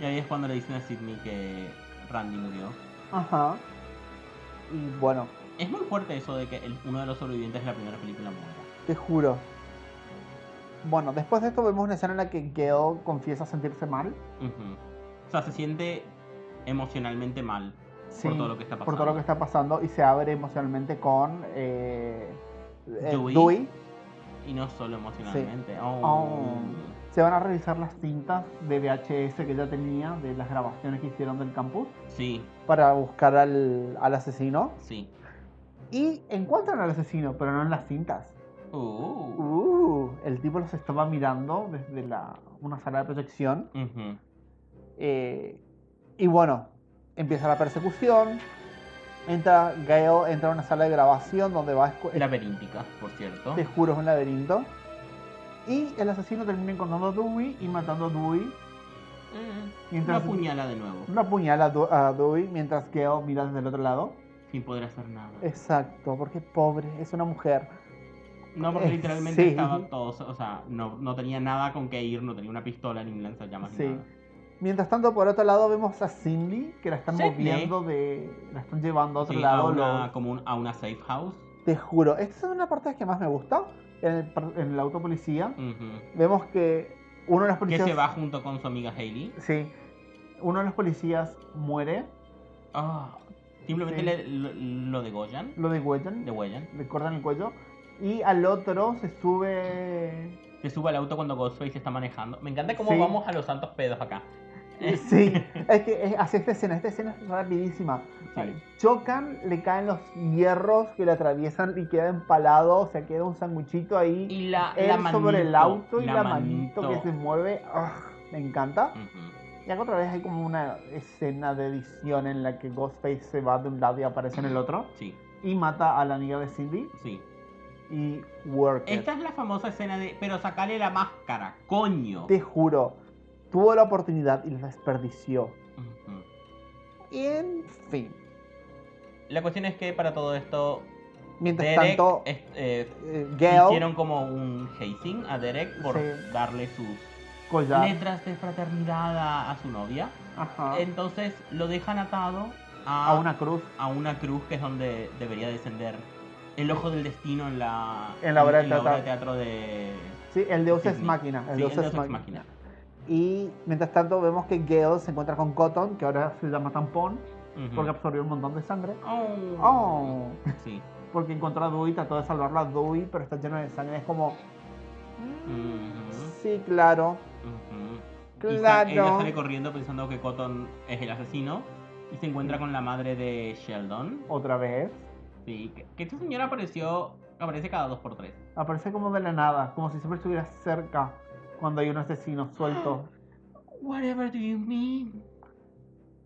S2: y ahí es cuando le dicen a Sidney que Randy murió.
S1: Ajá. Y bueno,
S2: Es muy fuerte eso de que el- uno de los sobrevivientes de la primera película muera.
S1: Te juro. Bueno, después de esto vemos una escena en la que Gale confiesa sentirse mal.
S2: Ujú. O sea, se siente emocionalmente mal
S1: Sí,
S2: por todo lo que está pasando.
S1: por todo lo que está pasando y se abre emocionalmente con eh, eh,
S2: Dewey.
S1: Dewey.
S2: Y no solo emocionalmente. Oh.
S1: Oh. Se van a revisar las cintas de VHS que ella tenía de las grabaciones que hicieron del campus
S2: Sí,
S1: para buscar al, al asesino.
S2: sí.
S1: Y encuentran al asesino, pero no en las cintas.
S2: Uh.
S1: Uh, el tipo los estaba mirando desde la, una sala de proyección.
S2: Ujú.
S1: Eh, y bueno, empieza la persecución. Entra Gale, entra a una sala de grabación donde va a escu-
S2: Laberíntica, por cierto.
S1: Te juro, es un laberinto. Y el asesino termina encontrando a Dewey y matando a Dewey.
S2: Mm. Una
S1: Mientras
S2: puñala de nuevo.
S1: Una puñala a Du- a Dewey mientras Gale mira desde el otro lado.
S2: Sin poder hacer nada.
S1: Exacto, porque pobre, es una mujer.
S2: No, porque
S1: eh,
S2: literalmente
S1: sí.
S2: estaba todo. O sea, no, no tenía nada con qué ir, no tenía una pistola ni un lanzallamas ni
S1: Sí.
S2: nada.
S1: Mientras tanto, por otro lado, vemos a Cindy que la están
S2: Sidney.
S1: moviendo de. La están llevando a otro
S2: Sí,
S1: lado.
S2: a una,
S1: lo-
S2: como un- a una safe house.
S1: Te juro, esta es una parte que más me gusta. En el, par- en el auto policía.
S2: Ujú.
S1: Vemos que uno de los
S2: Mm. Que
S1: policías.
S2: se va junto con su amiga Hailey.
S1: Sí. Uno de los policías muere.
S2: Ah, simplemente
S1: Sí. Mm.
S2: le- lo, lo degollan.
S1: Lo degüellan.
S2: Degüellan.
S1: le cortan el cuello y al otro se sube
S2: Se sube al auto cuando Ghostface está manejando. Me encanta cómo
S1: Sí.
S2: vamos a los santos pedos acá.
S1: sí es que es, hace esta escena esta escena es rapidísima O sea,
S2: Sí.
S1: chocan le caen los hierros que le atraviesan y queda empalado o sea queda un sanguchito ahí
S2: Y la,
S1: él
S2: la manito.
S1: sobre el auto y la, manito.
S2: manito.
S1: que se mueve ah, me encanta
S2: Ujú.
S1: y acá otra vez hay como una escena de edición en la que Ghostface se va de un lado y aparece en el otro
S2: Sí,
S1: y mata a la amiga de Cindy
S2: sí.
S1: y Work it.
S2: Esta es la famosa escena de. Pero sacale la máscara, coño.
S1: te juro tuvo la oportunidad y la desperdició
S2: Ujú.
S1: En fin.
S2: La cuestión es que para todo esto.
S1: Mientras
S2: Derek,
S1: tanto,
S2: es- eh,
S1: eh, Gale,
S2: hicieron como un hazing a Derek por
S1: Sí.
S2: darle sus
S1: collar.
S2: letras de fraternidad a, a su novia.
S1: Ajá.
S2: Entonces lo dejan atado
S1: a una cruz.
S2: a una cruz que es donde debería descender el ojo del destino en la,
S1: En la obra de
S2: la obra de
S1: teatro.
S2: teatro de
S1: Sí, el dios es
S2: Sidney.
S1: máquina. El
S2: Sí,
S1: dios
S2: el
S1: es
S2: Deus Ex
S1: máquina.
S2: Machina.
S1: Y mientras tanto, vemos que Gale se encuentra con Cotton, que ahora se llama tampón,
S2: Ujú.
S1: porque absorbió un montón de sangre.
S2: Oh.
S1: Oh,
S2: Sí.
S1: porque encontró a Dewey, trató de salvarlo a Dewey, pero está lleno de sangre. Es como.
S2: Ujú.
S1: Sí, claro.
S2: Ujú. Y sa- ella
S1: Claro.
S2: sale corriendo pensando que Cotton es el asesino y se encuentra con la madre de Sheldon.
S1: Otra vez.
S2: Sí, que, que esta señora apareció, aparece cada dos por tres.
S1: Aparece como de la nada, como si siempre estuviera cerca cuando hay un asesino suelto.
S2: Whatever do you mean?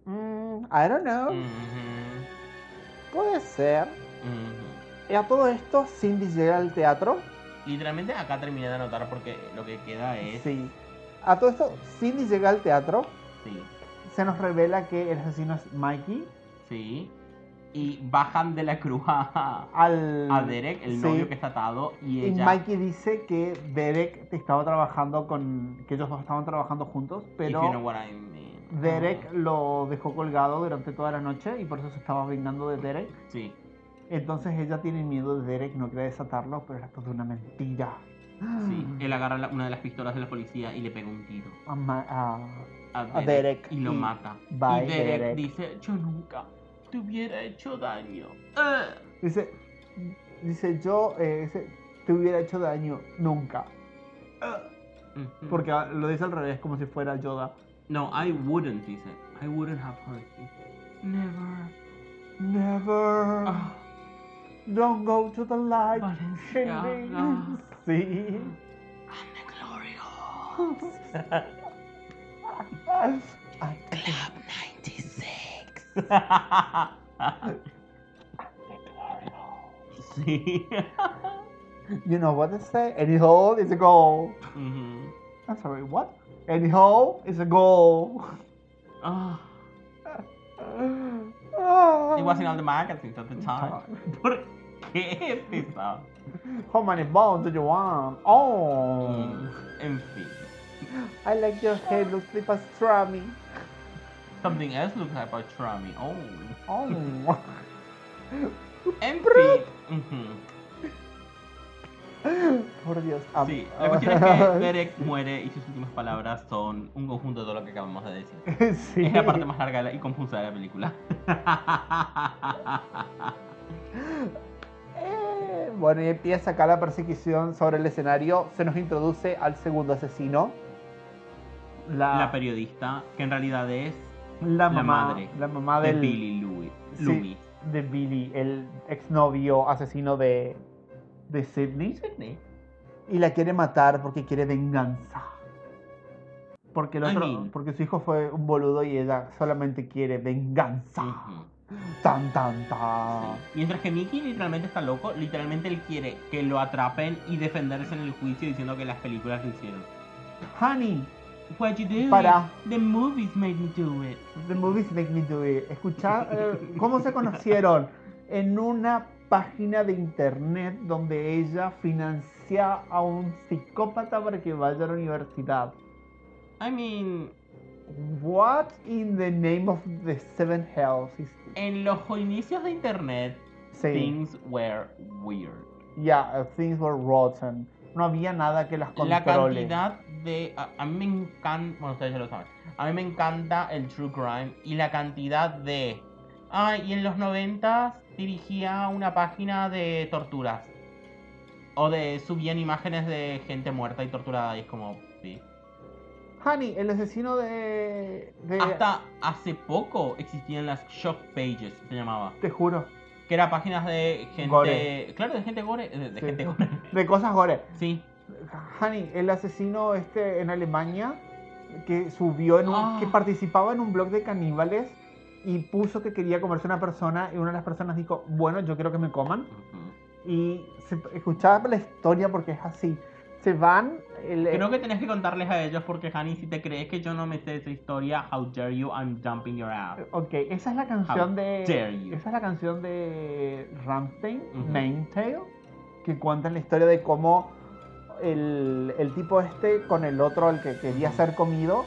S1: Mm, I don't know.
S2: Ujú.
S1: Puede ser.
S2: Ujú.
S1: Y a todo esto, Cindy llega al teatro.
S2: Literalmente acá terminé de anotar porque lo que queda es.
S1: Sí. A todo esto, Cindy llega al teatro.
S2: Sí.
S1: Se nos revela que el asesino es Mikey.
S2: sí. Y bajan de la cruz a,
S1: Al...
S2: a Derek,
S1: Sí.
S2: el novio que está atado, y
S1: Y
S2: ella.
S1: Mikey dice que Derek estaba trabajando con... Que ellos dos estaban trabajando juntos,
S2: If you know
S1: pero...
S2: what I mean.
S1: Derek lo dejó colgado durante toda la noche y por eso se estaba vengando de Derek.
S2: Ah. Sí.
S1: Entonces ella tiene miedo de Derek, no quiere desatarlo, pero era toda una mentira.
S2: Sí.
S1: Ah.
S2: Él agarra la- una de las pistolas de la policía y le pega un tiro
S1: A Ma- a-
S2: a Derek,
S1: A Derek.
S2: y lo
S1: Y-
S2: mata.
S1: ah, bye,
S2: y Derek,
S1: Derek.
S2: dice: Yo nunca te hubiera hecho daño.
S1: Ah.
S2: Eh.
S1: Dice, dice yo eh, dice, te hubiera hecho daño nunca.
S2: Ujú.
S1: Porque lo dice al revés, como si fuera Yoda.
S2: No, I wouldn't, dice. I wouldn't have hurt you. Never.
S1: Never,
S2: Ah,
S1: don't go to the light.
S2: Valenciaga.
S1: Sí.
S2: I'm the glorious.
S1: Ay,
S2: Club 96. sí.
S1: You know what they say? Any hole is a goal.
S2: Ujú.
S1: I'm sorry, what? Any hole is a goal.
S2: Ah,
S1: Ah.
S2: it wasn't on the magazines at the time. ¿Por qué pesado?
S1: How many balls do you want? Oh,
S2: Mm, En fin.
S1: I like your hair, looks like pastrami.
S2: Something else looks like a trummy. Oh.
S1: Oh.
S2: En fin. Ujú.
S1: Por Dios. am-
S2: Sí, la cuestión es que Derek muere y sus últimas palabras son un conjunto de todo lo que acabamos de decir.
S1: sí.
S2: Es la parte más larga de la- y confusa de la película.
S1: Eh, bueno, y empieza acá la persecución sobre el escenario. Se nos introduce al segundo asesino. La,
S2: La periodista, que en realidad es
S1: la
S2: la
S1: mamá,
S2: madre
S1: La mamá
S2: de
S1: Ah, del,
S2: Billy Louis.
S1: Sí.
S2: Loomis.
S1: de Billy, el exnovio asesino de, de Sidney. Y la quiere matar porque quiere venganza. Porque, el
S2: I
S1: otro-
S2: mean.
S1: porque su hijo fue un boludo y ella solamente quiere venganza.
S2: Ujú.
S1: Tan, tan, tan.
S2: Sí. Mientras que Mickey literalmente está loco, literalmente él quiere que lo atrapen y defenderse en el juicio diciendo que las películas lo hicieron.
S1: Honey,
S2: What you do
S1: Para.
S2: is the movies made me do it.
S1: The movies make me do it. Escuchá, eh, ¿cómo se conocieron? En una página de internet donde ella financia a un psicópata para que vaya a la universidad.
S2: I mean,
S1: What in the name of the seven hells is
S2: en los inicios de internet,
S1: saying?
S2: things were weird.
S1: Yeah, uh, things were rotten. No había nada que las
S2: La
S1: controle.
S2: cantidad de. A, a mí me encanta. Bueno, ustedes ya lo saben. A mí me encanta el True Crime y la cantidad de. Ay, y en los 90 dirigía una página de torturas. O de subían imágenes de gente muerta y torturada. Y es como. Sí.
S1: Honey, el asesino de... de-
S2: Hasta hace poco existían las shock pages, se llamaba.
S1: Te juro.
S2: Que eran páginas de gente.
S1: Gore.
S2: Claro, de gente gore. De, de
S1: Sí.
S2: gente gore.
S1: De cosas gore.
S2: Sí.
S1: Honey, el asesino este en Alemania que subió en un,
S2: Ah.
S1: que participaba en un blog de caníbales y puso que quería comerse una persona y una de las personas dijo, bueno, yo quiero que me coman.
S2: Ujú.
S1: Y se, escuchaba la historia porque es así. Se van... el- eh,
S2: Creo que tenés que contarles a ellos porque, Hani, si te crees que yo no me sé esa historia, how dare you, I'm dumping your ass.
S1: Ok, esa es la canción de...
S2: dare you.
S1: Esa es la canción de Rammstein,
S2: Ujú.
S1: Main Tale, que cuentan la historia de cómo el, el tipo este con el otro, el que quería
S2: Ujú.
S1: ser comido,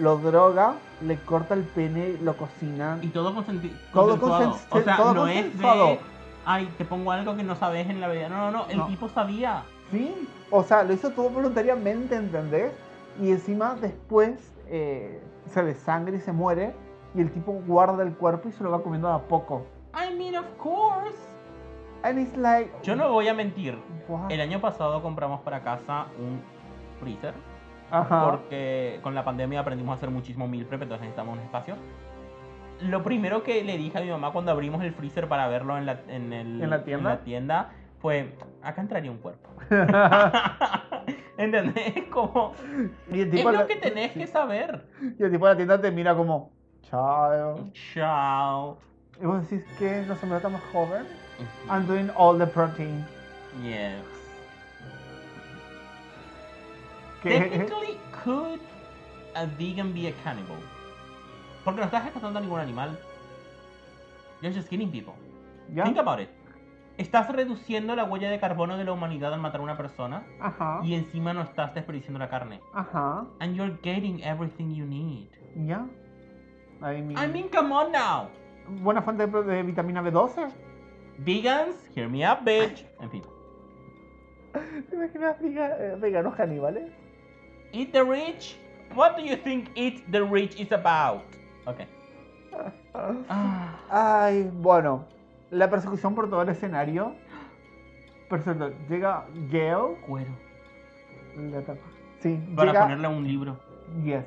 S1: lo droga, le corta el pene, lo cocina.
S2: Y todo consenti-
S1: Todo
S2: consensuado.
S1: consen-
S2: o sea,
S1: todo
S2: no es
S1: consensuado.
S2: de, ay, te pongo algo que no sabes en la vida. No, no, no, el
S1: No.
S2: tipo sabía.
S1: Sí, o sea, lo hizo todo voluntariamente, ¿entendés? Y encima después eh, se desangra y se muere, y el tipo guarda el cuerpo y se lo va comiendo de a poco.
S2: I mean, of course.
S1: And it's like...
S2: Yo no voy a mentir.
S1: what?
S2: El año pasado compramos para casa un freezer
S1: Ajá.
S2: porque con la pandemia aprendimos a hacer muchísimo meal prep, entonces necesitamos un espacio. Lo primero que le dije a mi mamá cuando abrimos el freezer para verlo en la, en el-
S1: ¿En la tienda?
S2: tienda fue, acá entraría un cuerpo. ¿Entendés? Como,
S1: Y el
S2: es
S1: tipo
S2: lo
S1: la-
S2: que tenés que saber.
S1: Y el tipo de la tienda te mira como, chao.
S2: Chao.
S1: Y vos decís, ¿qué? ¿No se me nota más joven? I'm doing all the protein.
S2: Yes.
S1: ¿Qué?
S2: Technically, could a vegan be a cannibal? Porque no estás rescatando a ningún animal. You're just killing people.
S1: ¿Ya?
S2: Think about it. Estás reduciendo la huella de carbono de la humanidad al matar a una persona
S1: Ajá.
S2: y encima no estás desperdiciando la carne.
S1: Ajá.
S2: And you're getting everything you need.
S1: ¿Ya? I mean,
S2: I mean, come on now.
S1: Buena fuente de, de vitamina B12.
S2: Vegans, hear me up, bitch. En fin.
S1: ¿Te imaginas vega- eh, veganos caníbales?
S2: Eat the rich? What do you think eat the rich is about? Okay. Ah.
S1: Ay, bueno. La persecución por todo el escenario. Perfecto. Llega Gale.
S2: Cuero.
S1: la- Sí,
S2: Para
S1: llega.
S2: ponerle un libro.
S1: Yes.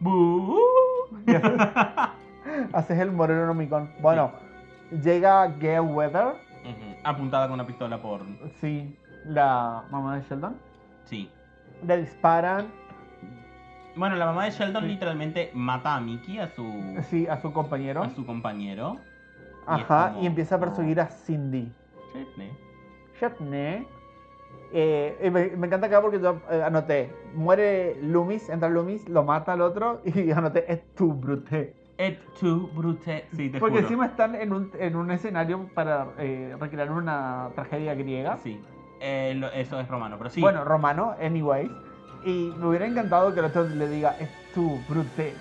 S2: Bú.
S1: Yes. Haces el moreno nomicón. Bueno, llega Gale Weather.
S2: Ujú. Apuntada con una pistola por.
S1: Sí, la mamá de Sheldon.
S2: Sí.
S1: Le disparan,
S2: Bueno, la mamá de Sheldon
S1: Sí.
S2: literalmente mata a Mickey, a su.
S1: sí, a su compañero.
S2: a su compañero.
S1: Ajá,
S2: como-
S1: y empieza a perseguir a Cindy.
S2: Chetney.
S1: Shatne. Eh, eh, me, me encanta acá porque yo eh, anoté, muere Loomis, entra Loomis, lo mata al otro y anoté, es tu brute.
S2: Et tu brute. Sí, te
S1: Porque
S2: juro.
S1: encima están en un, en un escenario para eh, recrear una tragedia griega.
S2: Sí. Eh, lo- eso es romano, pero sí.
S1: Bueno, romano, anyways. Y me hubiera encantado que el otro le diga, es tu brute.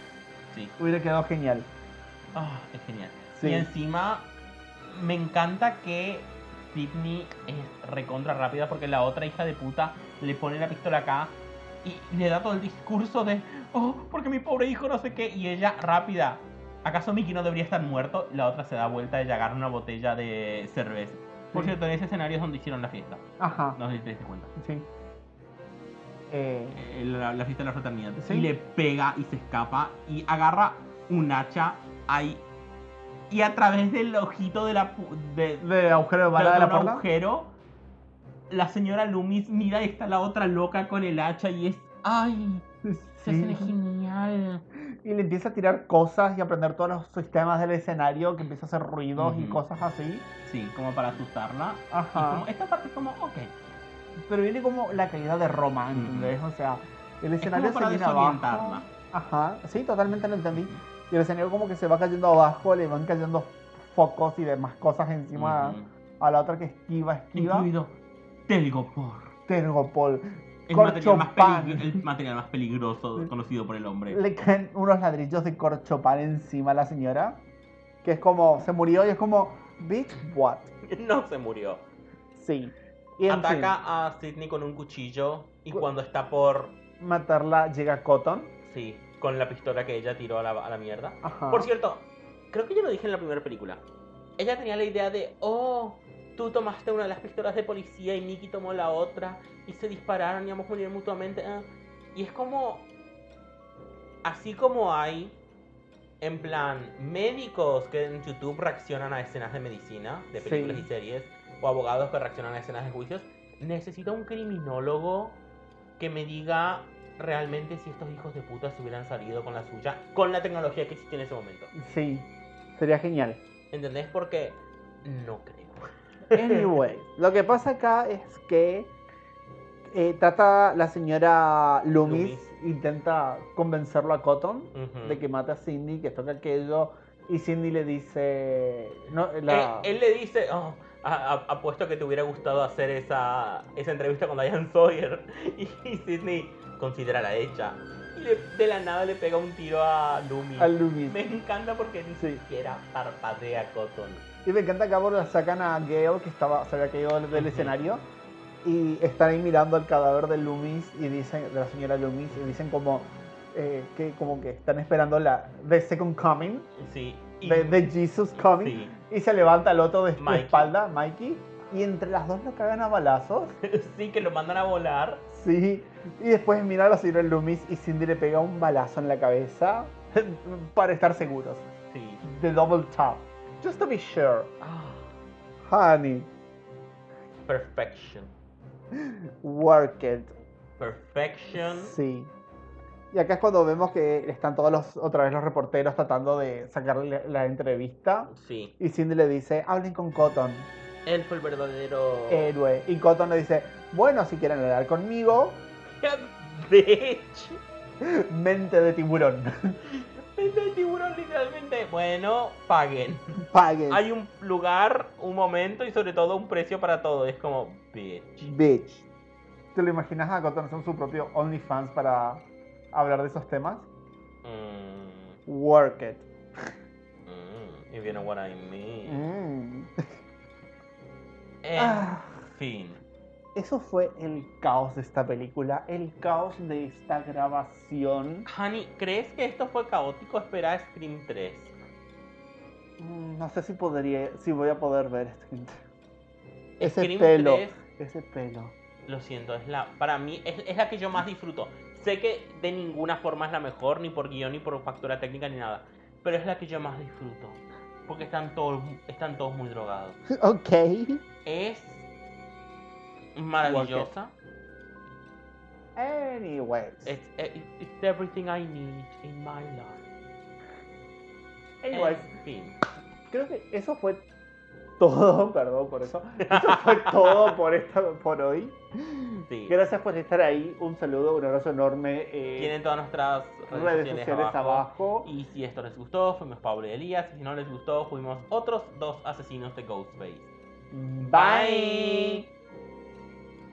S2: Sí.
S1: Hubiera quedado genial.
S2: Ah, es genial.
S1: Sí.
S2: Y encima me encanta que Sydney es recontra rápida porque la otra hija de puta le pone la pistola acá y le da todo el discurso de, oh, porque mi pobre hijo no sé qué, y ella rápida. ¿Acaso Mickey no debería estar muerto? La otra se da vuelta y le agarra una botella de cerveza. Por cierto, en ese escenario es donde hicieron la fiesta.
S1: Ajá.
S2: No sé si te diste cuenta.
S1: Sí. Eh,
S2: Eh, La, la fiesta de la fraternidad.
S1: Sí.
S2: Y le pega y se escapa y agarra un hacha ahí. Y a través del ojito de la... pu- de-
S1: de agujero de bala de
S2: Pero
S1: la
S2: un
S1: puerta.
S2: agujero. La señora Loomis mira y está la otra loca con el hacha y es. ¡Ay! Se
S1: Sí.
S2: hace genial.
S1: Y le empieza a tirar cosas y a prender todos los sistemas del escenario que empieza a hacer ruidos y
S2: Ujú.
S1: cosas así.
S2: Sí, como para asustarla. Y
S1: Ajá.
S2: como- esta parte Ah. es como, ok.
S1: Pero viene como la calidad de Roma, ¿entendés? O sea, el escenario
S2: es como para
S1: se viene abajo.
S2: desorientarla.
S1: Ajá, sí, totalmente lo entendí. Y el escenario como que se va cayendo abajo, le van cayendo focos y demás cosas encima
S2: Ujú.
S1: a la otra que esquiva, esquiva.
S2: Incluido Telgopor.
S1: Tergopol.
S2: El
S1: Corcho
S2: material, más
S1: pan.
S2: peligro- el material más peligroso conocido por el hombre.
S1: Le caen unos ladrillos de corchopán encima a la señora. Que es como, se murió y es como, bitch, what?
S2: No se murió.
S1: Sí. Y en
S2: a Sidney con un cuchillo y
S1: Cu-
S2: cuando está por.
S1: fin, matarla llega Cotton.
S2: Sí, con la pistola que ella tiró a la, a la mierda.
S1: Ajá.
S2: Por cierto, creo que yo lo dije en la primera película. Ella tenía la idea de, oh, tú tomaste una de las pistolas de policía y Nicky tomó la otra y se dispararon y ambos murieron mutuamente. ah". Y es como, así como hay, en plan, médicos que en YouTube reaccionan a escenas de medicina, de
S1: Sí.
S2: películas y series, o abogados que reaccionan a escenas de juicios, necesito un criminólogo que me diga realmente si estos hijos de puta se hubieran salido con la suya, con la tecnología que existía en ese momento.
S1: Sí, sería genial.
S2: ¿Entendés? Porque no creo.
S1: Anyway, lo que pasa acá es que eh, trata la señora Loomis,
S2: Loomis. Mm.
S1: intenta convencerlo a Cotton
S2: Ujú.
S1: de que mata a Cindy, que toca aquello, y Cindy le dice... No, la-
S2: él, él le dice, "Oh, a- a- apuesto que te hubiera gustado hacer esa, esa entrevista con Diane Sawyer. Y, Sidney considera la hecha. Y le- de la nada le pega un tiro a Lumi.
S1: a Loomis.
S2: Me encanta porque ni
S1: Sí.
S2: siquiera parpadea Cotton.
S1: Y me encanta que ahora la sacan a Gale, que estaba, se había caído del, del
S2: Ujú.
S1: escenario, y están ahí mirando al cadáver de Loomis, y dicen, de la señora Loomis, y dicen como... eh, que como que están esperando la The Second Coming,
S2: Sí. y-
S1: de The Jesus Coming.
S2: sí.
S1: Y se levanta el otro de de
S2: Mikey.
S1: espalda, Mikey. Y entre las dos lo cagan a balazos.
S2: sí, que lo mandan a volar.
S1: Sí. Y después mira a la señora Loomis y Cindy le pega un balazo en la cabeza. Para estar seguros.
S2: Sí.
S1: The double tap. Just to be sure.
S2: Ah,
S1: Honey,
S2: perfection.
S1: work it.
S2: Perfection.
S1: Sí. Y acá es cuando vemos que están todos los, otra vez los reporteros tratando de sacarle la, la entrevista.
S2: Sí.
S1: Y Cindy le dice, hablen con Cotton,
S2: Él fue el verdadero.
S1: héroe. Y Cotton le dice, bueno, si quieren hablar conmigo,
S2: Bitch.
S1: mente de tiburón.
S2: Este tiburón literalmente, bueno, paguen.
S1: Paguen.
S2: Hay un lugar, un momento y sobre todo un precio para todo. Es como, bitch.
S1: Bitch. ¿Te lo imaginas a Cotton haciendo su propio OnlyFans para hablar de esos temas?
S2: Mm,
S1: Work it.
S2: mm, if you know what I mean.
S1: Mm.
S2: En
S1: Ah.
S2: fin.
S1: Eso fue el caos de esta película, el caos de esta grabación.
S2: Honey, ¿crees que esto fue caótico? Espera a Scream 3.
S1: Mm, No sé si podría, si voy a poder ver este. Ese
S2: Scream
S1: pelo,
S2: 3
S1: ese pelo.
S2: Lo siento, es la. Para mí, es, es la que yo más disfruto. Sé que de ninguna forma es la mejor, ni por guión, ni por factura técnica, ni nada. Pero es la que yo más disfruto. Porque están todos, están todos muy drogados.
S1: Ok.
S2: Es maravillosa.
S1: Anyways.
S2: It's, it's everything I need in my life.
S1: Anyways.
S2: En fin.
S1: Creo que eso fue todo, perdón por eso. Eso fue todo por, esta, por hoy.
S2: Sí.
S1: Gracias por estar ahí. Un saludo, un abrazo enorme. eh,
S2: Tienen todas nuestras redes,
S1: redes sociales abajo.
S2: Y si esto les gustó, fuimos Pablo y Elías. Y si no les gustó, fuimos otros dos asesinos de Ghostface.
S1: Bye.